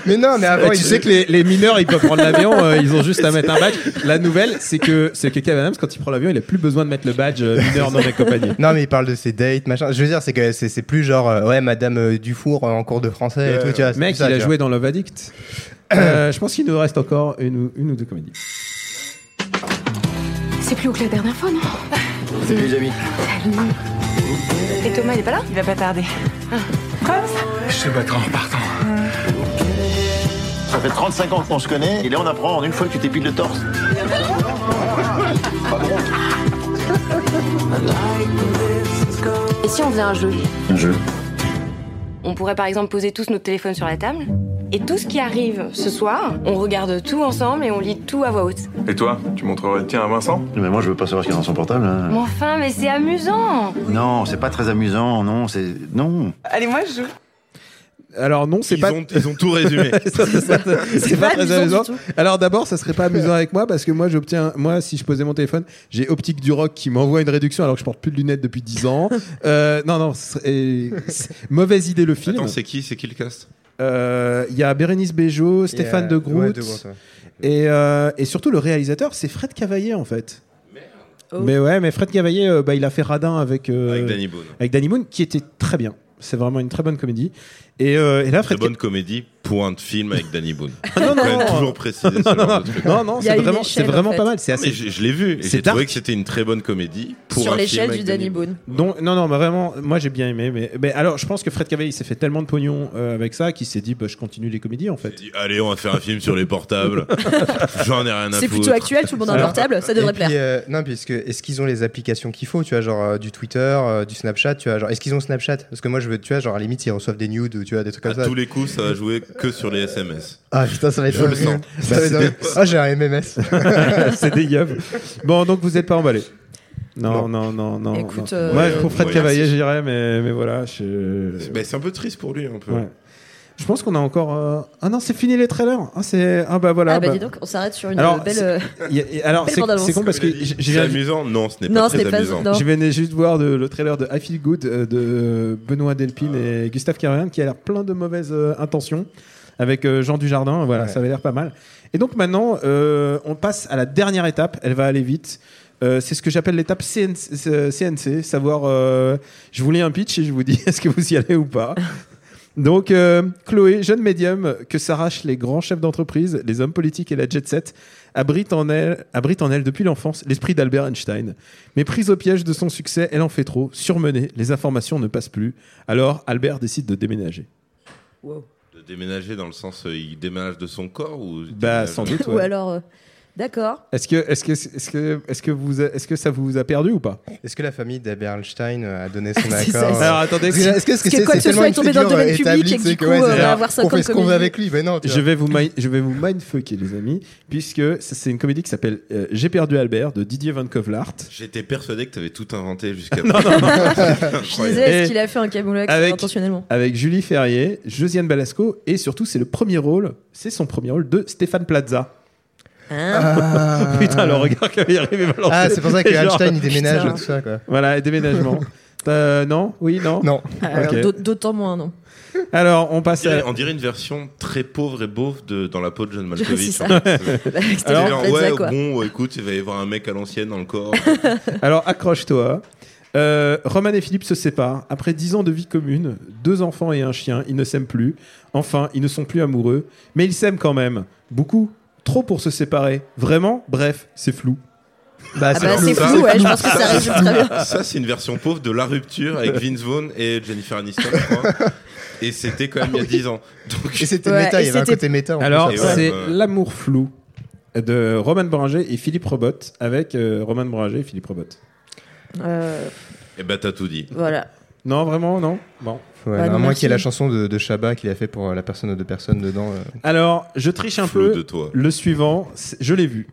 [SPEAKER 4] Mais non, mais avant,
[SPEAKER 1] tu
[SPEAKER 4] il-
[SPEAKER 1] sais que les, les mineurs, ils peuvent prendre l'avion, euh, ils ont juste à mettre un badge. La nouvelle, c'est que, c'est que Kevin Adams, quand il prend l'avion, il a plus besoin de mettre le badge euh, mineur non accompagné.
[SPEAKER 4] Non, mais il parle de ses dates, machin. Je veux dire, c'est que c'est c'est plus genre, euh, ouais, Madame euh, Dufour euh, en cours de français et tout, tu vois. Ah, c'est
[SPEAKER 1] Mec,
[SPEAKER 4] plus ça,
[SPEAKER 1] il a
[SPEAKER 4] tu vois.
[SPEAKER 1] joué dans Love Addict. Euh, je pense qu'il nous reste encore une, ou- une ou deux comédies.
[SPEAKER 13] C'est plus haut que la dernière fois, non
[SPEAKER 1] Salut les amis.
[SPEAKER 13] Et Thomas, il est pas là Il va pas tarder.
[SPEAKER 5] Ah.
[SPEAKER 14] Je te battrai en partant.
[SPEAKER 18] Ça fait 35 ans qu'on se connaît, et là on apprend en une fois que tu t'épiles le torse.
[SPEAKER 5] Et si on faisait un jeu
[SPEAKER 14] Un jeu.
[SPEAKER 5] On pourrait par exemple poser tous nos téléphones sur la table. Et tout ce qui arrive ce soir, on regarde tout ensemble et on lit tout à voix haute.
[SPEAKER 11] Et toi, tu montrerais le tien à Vincent
[SPEAKER 18] Mais moi je veux pas savoir ce qu'il y a dans son portable. hein.
[SPEAKER 5] Mais enfin, mais c'est amusant
[SPEAKER 18] Non, c'est pas très amusant, non, c'est. Non.
[SPEAKER 5] Allez, moi je joue.
[SPEAKER 1] Alors non, c'est
[SPEAKER 2] Ils
[SPEAKER 1] pas.
[SPEAKER 2] ont- ils ont tout résumé.
[SPEAKER 1] Ça, ça, ça, c'est
[SPEAKER 2] C'est
[SPEAKER 1] pas,
[SPEAKER 2] pas
[SPEAKER 1] très
[SPEAKER 2] amusant
[SPEAKER 1] amusant.
[SPEAKER 2] du tout.
[SPEAKER 1] Alors d'abord, ça serait pas amusant avec moi parce que moi, j'obtiens, moi, si je posais mon téléphone, j'ai Optique du Rock qui m'envoie une réduction alors que je porte plus de lunettes depuis 10 ans. Euh, non, non, ce serait- et- c'est- mauvaise idée le film.
[SPEAKER 2] Attends, c'est qui C'est qui le cast
[SPEAKER 1] Euh, Il y a Bérénice Bejo, Stéphane
[SPEAKER 4] euh,
[SPEAKER 1] De Groot,
[SPEAKER 4] ouais, De Groot, ouais.
[SPEAKER 1] et, euh, et surtout le réalisateur, c'est Fred Cavaillé en fait. Mais ouais, mais Fred Cavaillé, euh, bah, il a fait Radin avec, euh,
[SPEAKER 2] Avec Danny Boone.
[SPEAKER 1] avec Danny Boone, qui était très bien. C'est vraiment une très bonne comédie. Et, euh, et là,
[SPEAKER 2] Très
[SPEAKER 1] Fred
[SPEAKER 2] bonne comédie, point de film avec Danny Boone.
[SPEAKER 1] Ah, non,
[SPEAKER 2] Faut quand
[SPEAKER 1] non.
[SPEAKER 2] même toujours préciser ce
[SPEAKER 1] Non,
[SPEAKER 2] genre
[SPEAKER 1] non,
[SPEAKER 2] de truc.
[SPEAKER 1] non, non, Il y a c'est une vraiment- échelle, c'est vraiment en fait. pas mal, Ah, c'est
[SPEAKER 2] Non,
[SPEAKER 1] assez-
[SPEAKER 2] mais je, je l'ai vu. et
[SPEAKER 1] C'est
[SPEAKER 2] J'ai trouvé
[SPEAKER 1] dark.
[SPEAKER 2] que c'était une très bonne comédie pour
[SPEAKER 3] Sur
[SPEAKER 2] un
[SPEAKER 3] l'échelle
[SPEAKER 2] film
[SPEAKER 3] du
[SPEAKER 2] avec
[SPEAKER 3] Danny Boone.
[SPEAKER 1] Donc, non, non, mais vraiment, moi j'ai bien aimé. Mais, mais alors, je pense que Fred Cavaillé il s'est fait tellement de pognon euh, avec ça qu'il s'est dit, bah, je continue les comédies en fait.
[SPEAKER 2] Boone. Allez, on va faire un film sur les portables. J'en ai rien à foutre.
[SPEAKER 3] C'est plutôt actuel, tout le monde a un
[SPEAKER 4] Alors,
[SPEAKER 3] portable, ça devrait
[SPEAKER 4] et puis,
[SPEAKER 3] plaire.
[SPEAKER 4] euh, non, puisque est-ce qu'ils ont les applications qu'il faut, tu vois, genre euh, du Twitter, euh, du Snapchat, tu vois, genre est-ce qu'ils ont Snapchat Parce que moi je veux, tu vois, genre à la limite ils reçoivent des nudes ou tu vois des trucs comme
[SPEAKER 2] À
[SPEAKER 4] ça.
[SPEAKER 2] Ah, tous les coups, ça va jouer que sur les SMS.
[SPEAKER 4] Ah putain, ça va être
[SPEAKER 2] Je le
[SPEAKER 4] horrible.
[SPEAKER 2] sens.
[SPEAKER 4] Ça
[SPEAKER 2] Bah,
[SPEAKER 4] va être
[SPEAKER 2] c'est
[SPEAKER 4] horrible.
[SPEAKER 2] des-
[SPEAKER 4] Ah, j'ai un MMS.
[SPEAKER 1] c'est des yeux. Bon, donc vous n'êtes pas emballé. Non, non, non, non.
[SPEAKER 3] Écoute,
[SPEAKER 1] non.
[SPEAKER 3] euh,
[SPEAKER 1] Moi, pour Fred
[SPEAKER 2] ouais,
[SPEAKER 1] Cavaillé, j'irais, mais, mais voilà. Je...
[SPEAKER 2] Bah, c'est un peu triste pour lui, un peu.
[SPEAKER 1] Ouais. Je pense qu'on a encore. euh, Ah non, c'est fini les trailers. Ah, c'est... ah bah voilà.
[SPEAKER 3] ah bah,
[SPEAKER 1] bah.
[SPEAKER 3] dis donc, on s'arrête sur une
[SPEAKER 1] Alors,
[SPEAKER 3] belle.
[SPEAKER 1] c'est-
[SPEAKER 3] euh,
[SPEAKER 1] il y a- et alors,
[SPEAKER 3] belle
[SPEAKER 1] c'est,
[SPEAKER 3] bande-annonce.
[SPEAKER 1] c'est con parce que j'ai- j'ai
[SPEAKER 2] C'est amusant Non, ce n'est pas
[SPEAKER 3] Non, ce
[SPEAKER 2] très
[SPEAKER 3] n'est pas-
[SPEAKER 2] amusant.
[SPEAKER 3] non.
[SPEAKER 1] Je venais juste voir de- le trailer de I Feel Good euh, de Benoît Delpine et Gustave Kervin qui a l'air plein de mauvaises euh, intentions avec euh, Jean Dujardin. Voilà,
[SPEAKER 4] Ouais.
[SPEAKER 1] ça avait l'air pas mal. Et donc maintenant, euh, on passe à la dernière étape. Elle va aller vite. Euh, c'est ce que j'appelle l'étape CNC, euh, CNC, savoir. euh, je vous lis un pitch et je vous dis est-ce que vous y allez ou pas. Donc, euh, Chloé, jeune médium que s'arrachent les grands chefs d'entreprise, les hommes politiques et la jet set, abrite en elle, abrite en elle depuis l'enfance l'esprit d'Albert Einstein. Mais prise au piège de son succès, elle en fait trop, surmenée, les informations ne passent plus. Alors, Albert décide de déménager.
[SPEAKER 2] De déménager dans le sens, euh, il déménage de son corps ou il
[SPEAKER 1] Bah,
[SPEAKER 2] déménage-
[SPEAKER 1] sans doute.
[SPEAKER 3] Ou
[SPEAKER 1] ouais.
[SPEAKER 3] alors, euh, d'accord.
[SPEAKER 1] Est-ce que, est-ce que, est-ce que, est-ce que vous, a- est-ce que ça vous a perdu ou pas
[SPEAKER 4] Est-ce que la famille d'Albert Einstein euh, a donné son
[SPEAKER 1] C'est ça,
[SPEAKER 4] accord
[SPEAKER 1] c'est- Alors, attendez,
[SPEAKER 4] Est-ce que- est-ce que
[SPEAKER 1] parce
[SPEAKER 4] c'est
[SPEAKER 1] que quoi que ce
[SPEAKER 4] tellement
[SPEAKER 1] soit est
[SPEAKER 4] une
[SPEAKER 1] tombé dans le
[SPEAKER 4] figure, euh,
[SPEAKER 1] domaine public
[SPEAKER 4] établie,
[SPEAKER 1] et que
[SPEAKER 4] tu sais
[SPEAKER 1] du
[SPEAKER 4] que,
[SPEAKER 1] coup,
[SPEAKER 4] ouais,
[SPEAKER 1] euh,
[SPEAKER 4] c'est
[SPEAKER 1] on va
[SPEAKER 4] ça.
[SPEAKER 1] avoir ça
[SPEAKER 4] on
[SPEAKER 1] comme
[SPEAKER 4] fait ce qu'on veut
[SPEAKER 1] comédie.
[SPEAKER 4] avec lui, mais non. tu
[SPEAKER 1] Je
[SPEAKER 4] vois.
[SPEAKER 1] vais vous mind- je vais vous mindfucker les amis, puisque ça, c'est une comédie qui s'appelle euh, J'ai perdu Albert de Didier Van Kovlart.
[SPEAKER 2] J'étais persuadé que tu avais tout inventé jusqu'à
[SPEAKER 1] Non, non, non.
[SPEAKER 3] Je disais, est-ce qu'il a fait un camoulox
[SPEAKER 1] Avec-
[SPEAKER 3] intentionnellement
[SPEAKER 1] avec Julie Ferrier, Josiane Balasco et surtout c'est le premier rôle, c'est son premier rôle de Stéphane Plaza.
[SPEAKER 3] Hein
[SPEAKER 4] Ah.
[SPEAKER 1] Putain, le regard qu'avait arrivé Valentin.
[SPEAKER 4] Ah, c'est pour ça que Einstein, il déménage
[SPEAKER 1] Putain.
[SPEAKER 4] et tout ça, quoi.
[SPEAKER 1] Voilà, et déménagement. Euh, non, oui, non.
[SPEAKER 4] Non.
[SPEAKER 3] Alors,
[SPEAKER 1] Ok.
[SPEAKER 3] d'aut- D'autant moins, non.
[SPEAKER 1] Alors, on
[SPEAKER 2] On
[SPEAKER 1] passe
[SPEAKER 2] dirait-
[SPEAKER 1] à.
[SPEAKER 2] On dirait une version très pauvre et beauf de Dans la peau de John
[SPEAKER 1] Ah,
[SPEAKER 3] C'est
[SPEAKER 2] Malkovich.
[SPEAKER 3] ça.
[SPEAKER 2] en
[SPEAKER 1] hein.
[SPEAKER 2] fait.
[SPEAKER 3] Avec Stéphane
[SPEAKER 2] Alors,
[SPEAKER 3] Plaza,
[SPEAKER 2] ouais,
[SPEAKER 3] quoi.
[SPEAKER 2] bon, euh, écoute, il va y avoir un mec à l'ancienne dans le corps.
[SPEAKER 1] Alors, accroche-toi. Euh, Roman et Philippe se séparent. Après dix ans de vie commune, deux enfants et un chien, ils ne s'aiment plus. Enfin, ils ne sont plus amoureux. Mais ils s'aiment quand même. Beaucoup. Trop pour se séparer. Vraiment Bref, c'est flou.
[SPEAKER 3] Ah c'est bah, flou, c'est ça. flou, ouais, je pense que ça résume très bien.
[SPEAKER 2] Ça, c'est une version pauvre de La Rupture avec Vince Vaughn et Jennifer Aniston, je crois. Et c'était quand même il y a 10 ans. Donc...
[SPEAKER 4] Et c'était méta, il y avait un côté méta. en plus,
[SPEAKER 1] Alors,
[SPEAKER 4] après.
[SPEAKER 1] c'est L'amour flou euh, de Roman Branger et Philippe Robot avec euh, Roman Branger et Philippe Robot.
[SPEAKER 3] Euh,
[SPEAKER 2] Et bah, t'as tout dit.
[SPEAKER 3] voilà.
[SPEAKER 1] Non, vraiment, non Bon.
[SPEAKER 3] Bah,
[SPEAKER 4] Ouais, non, à moins qu'il y ait la chanson de, de Shabba qu'il a fait pour euh, la personne aux deux personnes dedans. euh.
[SPEAKER 1] Alors, je triche un
[SPEAKER 4] Flou
[SPEAKER 1] peu.
[SPEAKER 4] de toi.
[SPEAKER 1] Le suivant, c'est- je l'ai vu.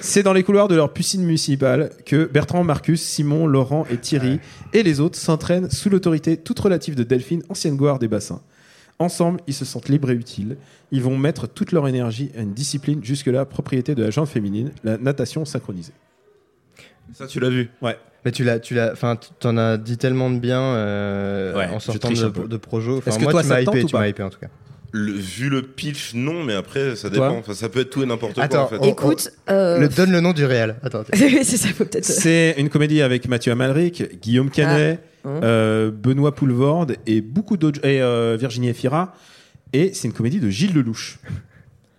[SPEAKER 1] C'est dans les couloirs de leur piscine municipale que Bertrand, Marcus, Simon, Laurent et Thierry et les autres s'entraînent sous l'autorité toute relative de Delphine, ancienne gloire des bassins. Ensemble, ils se sentent libres et utiles. Ils vont mettre toute leur énergie à une discipline jusque-là propriété de la gente féminine, la natation synchronisée.
[SPEAKER 2] Ça, tu l'as vu
[SPEAKER 1] Ouais.
[SPEAKER 4] Mais tu l'as, tu l'as, enfin, tu- t'en as dit tellement de bien euh,
[SPEAKER 1] Ouais,
[SPEAKER 4] en
[SPEAKER 1] je
[SPEAKER 4] sortant
[SPEAKER 1] triche
[SPEAKER 4] de,
[SPEAKER 1] un peu.
[SPEAKER 4] de Projo. Enfin,
[SPEAKER 1] Est-ce que
[SPEAKER 4] moi,
[SPEAKER 1] toi,
[SPEAKER 4] tu
[SPEAKER 1] ça
[SPEAKER 4] m'as
[SPEAKER 1] te tente
[SPEAKER 4] hypé,
[SPEAKER 1] ou
[SPEAKER 4] tu
[SPEAKER 1] pas
[SPEAKER 4] m'as hypé en tout cas.
[SPEAKER 2] Le- vu le pitch, non, mais après, ça
[SPEAKER 4] Toi
[SPEAKER 2] dépend. Enfin, ça peut être tout et n'importe quoi.
[SPEAKER 4] Attends,
[SPEAKER 2] en fait.
[SPEAKER 4] on-
[SPEAKER 3] Écoute, euh,
[SPEAKER 4] Le, donne le nom du réel. Attends.
[SPEAKER 3] c'est ça, faut peut-être.
[SPEAKER 1] C'est une comédie avec Mathieu Amalric, Guillaume Canet,
[SPEAKER 3] Ah. Mmh.
[SPEAKER 1] euh, Benoît Poulvorde et beaucoup d'autres et euh, Virginie Efira. Et c'est une comédie de Gilles Lelouch.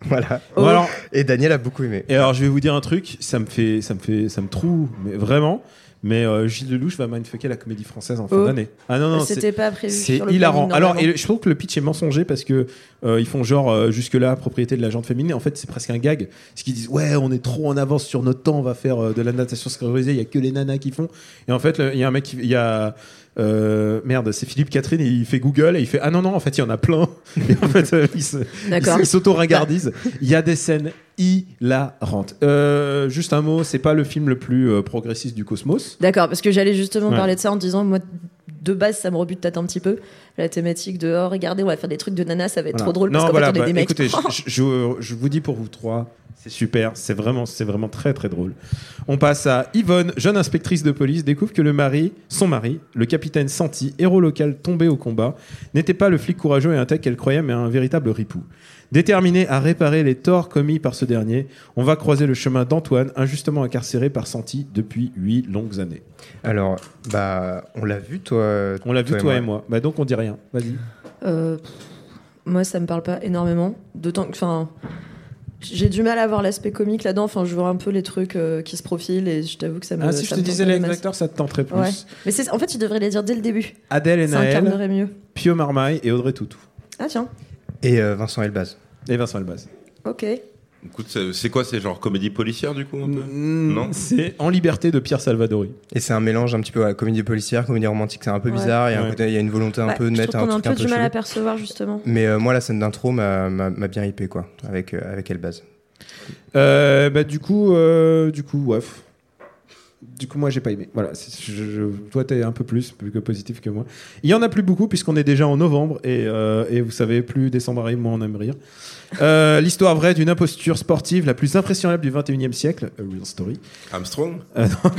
[SPEAKER 4] Voilà.
[SPEAKER 3] Oh.
[SPEAKER 1] Bon, alors-
[SPEAKER 4] Et Daniel a beaucoup aimé.
[SPEAKER 1] Et alors je vais vous dire un truc, ça me fait, ça me fait, ça me troue, mais vraiment. Mais euh, Gilles Lelouch va mindfucker la comédie française en fin
[SPEAKER 3] Oh.
[SPEAKER 1] d'année. Ah non non,
[SPEAKER 3] C'était
[SPEAKER 1] c'est-
[SPEAKER 3] pas prévu
[SPEAKER 1] C'est
[SPEAKER 3] sur le
[SPEAKER 1] hilarant.
[SPEAKER 3] planning,
[SPEAKER 1] Alors
[SPEAKER 3] normalement.
[SPEAKER 1] et je trouve que le pitch est mensonger parce que euh, ils font genre jusque là propriété de la gente féminine. En fait c'est presque un gag. Ce qu'ils disent ouais on est trop en avance sur notre temps, on va faire euh, de la natation scolarisée, il y a que les nanas qui font. Et en fait le- il y a un mec qui il y a euh, merde, c'est Philippe Catherine, il fait Google et il fait Ah non, non, en fait, il y en a plein. Et en fait, euh, il se-
[SPEAKER 3] D'accord.
[SPEAKER 1] il s'auto-ringardise. Il y a des scènes hilarantes. Euh, juste un mot, c'est pas le film le plus euh, progressiste du cosmos.
[SPEAKER 3] D'accord, parce que j'allais justement
[SPEAKER 1] Ouais.
[SPEAKER 3] parler de ça en disant, moi, de base, ça me rebute peut-être un petit peu. La thématique de, oh, regardez, on va faire des trucs de nana, ça va être
[SPEAKER 1] Voilà.
[SPEAKER 3] trop drôle
[SPEAKER 1] Non,
[SPEAKER 3] parce qu'en
[SPEAKER 1] voilà,
[SPEAKER 3] fait, on est
[SPEAKER 1] bah,
[SPEAKER 3] des mecs.
[SPEAKER 1] Écoutez, je, je- je vous dis pour vous trois, c'est super, c'est vraiment, c'est vraiment très très drôle. On passe à Yvonne, jeune inspectrice de police, découvre que le mari, son mari, le capitaine Santi, héros local tombé au combat, n'était pas le flic courageux et intègre qu'elle croyait, mais un véritable ripou. Déterminé à réparer les torts commis par ce dernier, on va croiser le chemin d'Antoine, injustement incarcéré par Santi depuis huit longues années.
[SPEAKER 4] Alors, bah, on l'a vu, toi. euh,
[SPEAKER 1] On l'a vu toi, et moi. Bah donc on dit rien. Vas-y.
[SPEAKER 3] Euh, pff, moi, ça me parle pas énormément. D'autant que, enfin, j'ai du mal à voir l'aspect comique là-dedans. Enfin, je vois un peu les trucs euh, qui se profilent et je t'avoue que ça me.
[SPEAKER 1] Ah, si je
[SPEAKER 3] Euh, ça
[SPEAKER 1] te
[SPEAKER 3] me
[SPEAKER 1] disais
[SPEAKER 3] tente pas
[SPEAKER 1] les
[SPEAKER 3] des masses.
[SPEAKER 1] acteurs, ça te tenterait plus.
[SPEAKER 3] Ouais. Mais c'est, en fait, ils devraient les dire dès le début.
[SPEAKER 1] Adèle et
[SPEAKER 3] Ça incarnerait mieux.
[SPEAKER 1] Naël, Pio Marmaille et Audrey Toutou.
[SPEAKER 3] Ah, tiens,
[SPEAKER 4] Et euh, Vincent Elbaz.
[SPEAKER 1] Et Vincent Elbaz.
[SPEAKER 3] ok.
[SPEAKER 2] Écoute, c'est c'est quoi C'est genre comédie policière, du coup un peu
[SPEAKER 1] Mm.
[SPEAKER 2] Non
[SPEAKER 1] C'est En liberté de Pierre Salvadori.
[SPEAKER 4] Et c'est un mélange un petit peu à comédie policière, comédie romantique, c'est un peu
[SPEAKER 3] Ouais.
[SPEAKER 4] bizarre. Il y a un
[SPEAKER 1] Ouais.
[SPEAKER 4] côté- il y a une volonté un
[SPEAKER 3] Bah,
[SPEAKER 4] peu de
[SPEAKER 3] je
[SPEAKER 4] mettre
[SPEAKER 3] trouve
[SPEAKER 4] un
[SPEAKER 3] qu'on a un
[SPEAKER 4] truc
[SPEAKER 3] peu du mal à
[SPEAKER 4] chelou.
[SPEAKER 3] percevoir justement.
[SPEAKER 4] Mais euh, moi, la scène d'intro m'a m'a- m'a bien hypé, quoi, avec, euh, avec Elbaz.
[SPEAKER 1] Euh, bah, du coup, euh, du coup, ouais. Du coup, moi, j'ai pas aimé. Voilà, c'est- je, je, toi, t'es un peu plus, plus que positif que moi. Il y en a plus beaucoup puisqu'on est déjà en novembre et, euh, et vous savez, plus décembre arrive, moins on aime rire. Euh, L'histoire vraie d'une imposture sportive la plus impressionnable du 21e siècle, A Real Story.
[SPEAKER 2] Armstrong
[SPEAKER 1] Euh, non.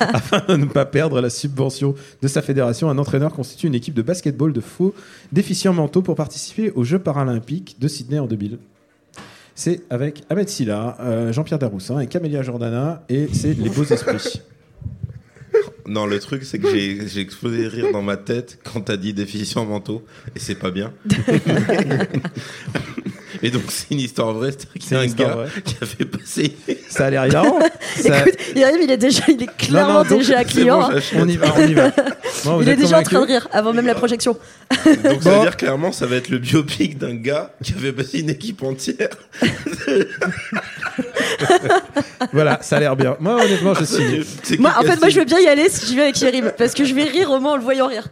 [SPEAKER 1] Afin de ne pas perdre la subvention de sa fédération, un entraîneur constitue une équipe de basketball de faux déficients mentaux pour participer aux Jeux paralympiques de Sydney en 2000. C'est avec Ahmed Silla, euh, Jean-Pierre Daroussin et Camélia Jordana, et c'est Les Beaux Esprits.
[SPEAKER 2] Non, le truc, c'est que j'ai j'ai explosé de rire dans ma tête quand t'as dit déficients mentaux, et c'est pas bien. et donc, c'est une histoire vraie, c'est-à-dire qu'il
[SPEAKER 1] C'est
[SPEAKER 2] y a un
[SPEAKER 1] une histoire
[SPEAKER 2] gars qui a fait passer.
[SPEAKER 1] Ça a l'air hilarant. Ça-
[SPEAKER 3] Écoute, il arrive, il est déjà, il est clairement
[SPEAKER 1] Non, non, donc,
[SPEAKER 3] déjà
[SPEAKER 1] c'est
[SPEAKER 3] client. hein.
[SPEAKER 2] bon, j'achète.
[SPEAKER 1] On y va, on y va. Bon, vous
[SPEAKER 3] il est
[SPEAKER 1] êtes
[SPEAKER 3] déjà en
[SPEAKER 1] convaincus
[SPEAKER 3] train de rire avant même la projection.
[SPEAKER 2] Donc, ça veut dire clairement, ça va être le biopic d'un gars qui avait passé une équipe entière.
[SPEAKER 1] Voilà, ça a l'air bien. Moi, honnêtement, je signe.
[SPEAKER 3] Moi, en fait, moi, je veux bien y aller si j'y vais avec Yerim, parce que je vais rire au moins en le voyant rire.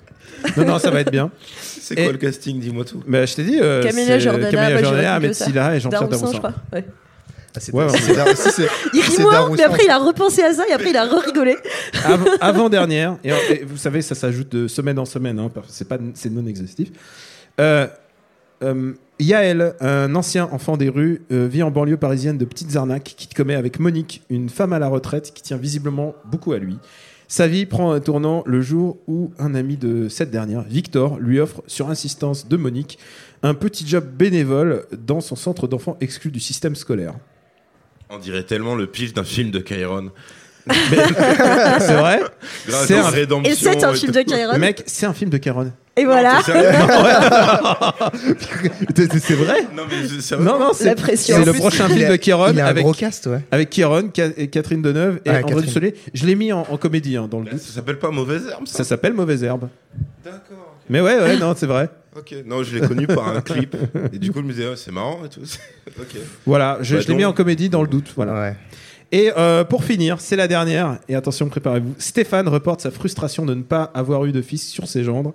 [SPEAKER 1] Non, non, ça va être bien.
[SPEAKER 2] C'est quoi le casting Dis-moi tout.
[SPEAKER 1] Bah, je t'ai dit, euh,
[SPEAKER 3] Camélia
[SPEAKER 1] c'est
[SPEAKER 3] Jordana,
[SPEAKER 1] Camélia
[SPEAKER 3] bah,
[SPEAKER 1] Jordana,
[SPEAKER 3] j'aurais dit que
[SPEAKER 1] Ahmed
[SPEAKER 3] ça.
[SPEAKER 1] Silla et Jean-Pierre
[SPEAKER 3] Daroussin,
[SPEAKER 1] Daroussin.
[SPEAKER 3] je crois. Ouais.
[SPEAKER 1] Ouais, ouais.
[SPEAKER 4] Ah,
[SPEAKER 3] Il rit moins, mais après il a repensé à ça et après il a re-rigolé.
[SPEAKER 1] Av- Avant-dernière, et, et vous savez, ça s'ajoute de semaine en semaine, hein, parce que c'est pas, c'est non exhaustif. Euh, euh, Yael, un ancien enfant des rues, euh, vit en banlieue parisienne de petites arnaques qui commet avec Monique, une femme à la retraite qui tient visiblement beaucoup à lui. Sa vie prend un tournant le jour où un ami de cette dernière, Victor, lui offre, sur insistance de Monique, un petit job bénévole dans son centre d'enfants exclus du système scolaire.
[SPEAKER 2] On dirait tellement le pitch d'un film de Kyron.
[SPEAKER 1] c'est vrai
[SPEAKER 2] Grâce aux rédemptions Et c'est un et film tout. de Cameron
[SPEAKER 1] Mec, c'est un film de Caron.
[SPEAKER 3] Et voilà.
[SPEAKER 2] t'es sérieux
[SPEAKER 1] C'est vrai
[SPEAKER 2] Non, mais c'est sérieux.
[SPEAKER 1] Non, non, c'est c'est le prochain film de Caron
[SPEAKER 4] Il a un
[SPEAKER 1] avec,
[SPEAKER 4] gros cast, ouais.
[SPEAKER 1] avec Caron, Ca- et Catherine Deneuve et
[SPEAKER 4] Ouais,
[SPEAKER 1] André
[SPEAKER 4] Catherine.
[SPEAKER 1] Dussolier. Je l'ai mis en, en comédie hein, dans le doute.
[SPEAKER 2] Ça s'appelle pas Mauvaise Herbe, ça
[SPEAKER 1] Ça s'appelle Mauvaise Herbe. Mais ouais, ouais, non, c'est vrai.
[SPEAKER 2] Ok, non, je l'ai connu par un clip. Et du coup, je me disais, ah, c'est marrant et tout. ok.
[SPEAKER 1] Voilà, je,
[SPEAKER 2] Bah,
[SPEAKER 1] je l'ai
[SPEAKER 2] donc,
[SPEAKER 1] mis en comédie dans le doute. Voilà. Et euh, pour finir, c'est la dernière. Et attention, préparez-vous. Stéphane reporte sa frustration de ne pas avoir eu de fils sur ses gendres.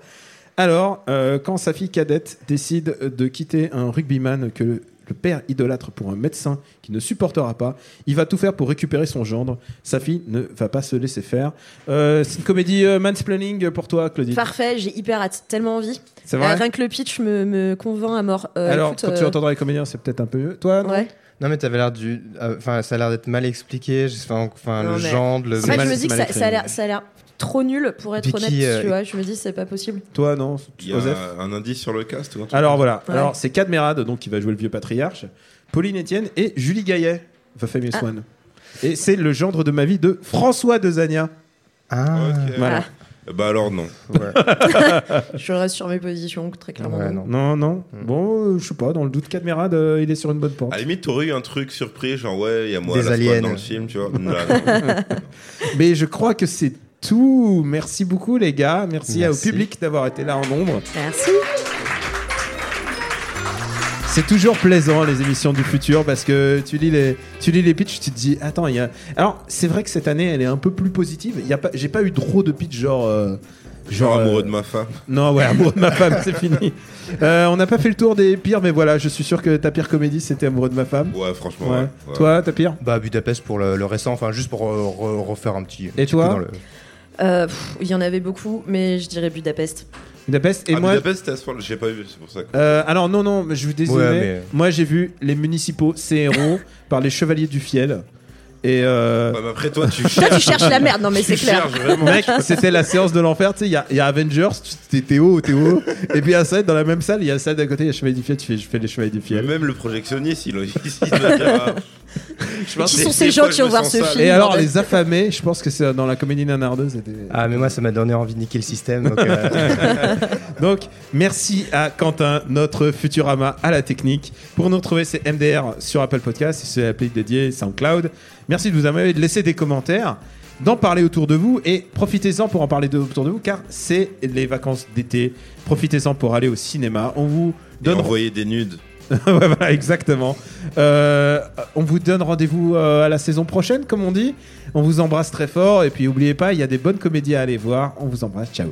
[SPEAKER 1] Alors, euh, quand sa fille cadette décide de quitter un rugbyman que le père idolâtre pour un médecin qui ne supportera pas, il va tout faire pour récupérer son gendre. Sa fille ne va pas se laisser faire. Euh, c'est une comédie euh, mansplaining pour toi, Claudie.
[SPEAKER 3] Parfait, j'ai hyper hâte, tellement envie.
[SPEAKER 1] C'est vrai
[SPEAKER 3] Euh, rien que le pitch me, me convainc à mort. Euh,
[SPEAKER 1] Alors,
[SPEAKER 3] écoute,
[SPEAKER 1] quand tu
[SPEAKER 3] euh,
[SPEAKER 1] entendras les comédiens, c'est peut-être un peu mieux. Toi, non
[SPEAKER 3] Ouais.
[SPEAKER 4] Non mais t'avais l'air du, euh, enfin ça a l'air d'être mal expliqué, je- enfin enfin,
[SPEAKER 3] non,
[SPEAKER 4] le
[SPEAKER 3] mais-
[SPEAKER 4] genre, le.
[SPEAKER 3] En fait, je me dis que ça, ça a l'air- ça a l'air trop nul pour être
[SPEAKER 4] Vicky,
[SPEAKER 3] honnête,
[SPEAKER 4] euh,
[SPEAKER 3] tu vois. Je me dis, c'est pas possible.
[SPEAKER 1] Toi, non
[SPEAKER 2] Il y a
[SPEAKER 1] Joseph
[SPEAKER 2] un indice sur le cast ou un truc
[SPEAKER 1] Alors voilà,
[SPEAKER 3] Ouais.
[SPEAKER 1] alors c'est Cadmerade donc qui va jouer le vieux patriarche, Pauline Etienne et Julie Gaillet, The Famous
[SPEAKER 3] Ah.
[SPEAKER 1] One. Et c'est le gendre de ma vie de François de Zania.
[SPEAKER 4] Ah.
[SPEAKER 2] Ok.
[SPEAKER 1] Voilà.
[SPEAKER 2] Bah alors, non.
[SPEAKER 3] je reste sur mes positions, très clairement.
[SPEAKER 1] non. non, Bon, euh, je sais pas, dans le doute, Cadmerade euh, il est sur une bonne pente.
[SPEAKER 2] À la limite, t'aurais eu un truc surpris, genre, ouais, il y a moi
[SPEAKER 4] Des
[SPEAKER 2] la squad
[SPEAKER 4] aliens.
[SPEAKER 2] dans le film, tu vois. Là, non.
[SPEAKER 1] Mais je crois que c'est tout. Merci beaucoup, les gars. Merci, à- au
[SPEAKER 4] Merci.
[SPEAKER 1] public d'avoir été là en nombre.
[SPEAKER 3] Merci.
[SPEAKER 1] C'est toujours plaisant les émissions du futur parce que tu lis les tu lis les pitchs, tu te dis attends il y a alors c'est vrai que cette année elle est un peu plus positive. Il y a pas j'ai pas eu trop de pitch genre euh,
[SPEAKER 2] Genre
[SPEAKER 1] euh,
[SPEAKER 2] amoureux de ma femme.
[SPEAKER 1] Non, ouais, amoureux de ma femme, c'est fini. Euh, on n'a pas fait le tour des pires, mais voilà, je suis sûr que ta pire comédie, c'était amoureux de ma femme.
[SPEAKER 2] Ouais, franchement.
[SPEAKER 1] Ouais.
[SPEAKER 2] ouais, ouais.
[SPEAKER 1] Toi, ta pire
[SPEAKER 4] Bah Budapest pour le, le récent, enfin juste pour euh, re- refaire un petit. un petit
[SPEAKER 1] toi
[SPEAKER 4] coup dans le-
[SPEAKER 3] Euh, pff, Il y en avait beaucoup, mais je dirais Budapest.
[SPEAKER 1] Budapest. Et
[SPEAKER 2] ah,
[SPEAKER 1] moi,
[SPEAKER 2] Budapest, c'était à ce point-là, j'ai pas vu, c'est pour ça. que-
[SPEAKER 1] Euh, alors non, non, mais je vous désolé.
[SPEAKER 4] Ouais, mais-
[SPEAKER 1] Moi, j'ai vu les municipaux, ces héros, par les chevaliers du fiel. Et euh,
[SPEAKER 2] Ouais, mais après, toi, tu
[SPEAKER 3] Là,
[SPEAKER 2] cherches.
[SPEAKER 3] tu cherches la merde, non, mais
[SPEAKER 2] Tu
[SPEAKER 3] c'est clair.
[SPEAKER 2] cherches vraiment.
[SPEAKER 1] Mec, c'était la séance de l'enfer, tu sais, il y a, il y a Avengers, tu- t'es t'es haut, t'es haut. Et puis à ça, dans la même salle, il y a ça d'à côté, il y a Chevalier du Fiel, tu fais, je fais les Chevaliers du
[SPEAKER 2] Mais
[SPEAKER 1] Fiel.
[SPEAKER 2] Même le projectionniste, il, il, il doit dire, ah, je pense
[SPEAKER 3] qui
[SPEAKER 2] que
[SPEAKER 3] sont
[SPEAKER 2] des
[SPEAKER 3] ces gens
[SPEAKER 2] fois,
[SPEAKER 3] qui
[SPEAKER 2] je
[SPEAKER 3] vont
[SPEAKER 2] me
[SPEAKER 3] voir
[SPEAKER 2] sens
[SPEAKER 3] ce
[SPEAKER 2] sale.
[SPEAKER 3] film
[SPEAKER 1] Et alors, les affamés, je pense que c'est dans la comédie nanardeuse. c'était-
[SPEAKER 4] Ah mais moi ça m'a donné envie de niquer le système. donc, euh,
[SPEAKER 1] Donc, merci à Quentin, notre Futurama à la technique. Pour nous retrouver, c'est MDR sur Apple Podcast, c'est l'appli dédiée SoundCloud. Merci de vous amener, de laisser des commentaires, d'en parler autour de vous et profitez-en pour en parler de- autour de vous car c'est les vacances d'été. Profitez-en pour aller au cinéma. On vous
[SPEAKER 2] Et
[SPEAKER 1] donne.
[SPEAKER 2] envoyer des nudes.
[SPEAKER 1] Ouais, voilà, exactement. Euh, on vous donne rendez-vous euh, à la saison prochaine, comme on dit. On vous embrasse très fort et puis n'oubliez pas, il y a des bonnes comédies à aller voir. On vous embrasse. Ciao.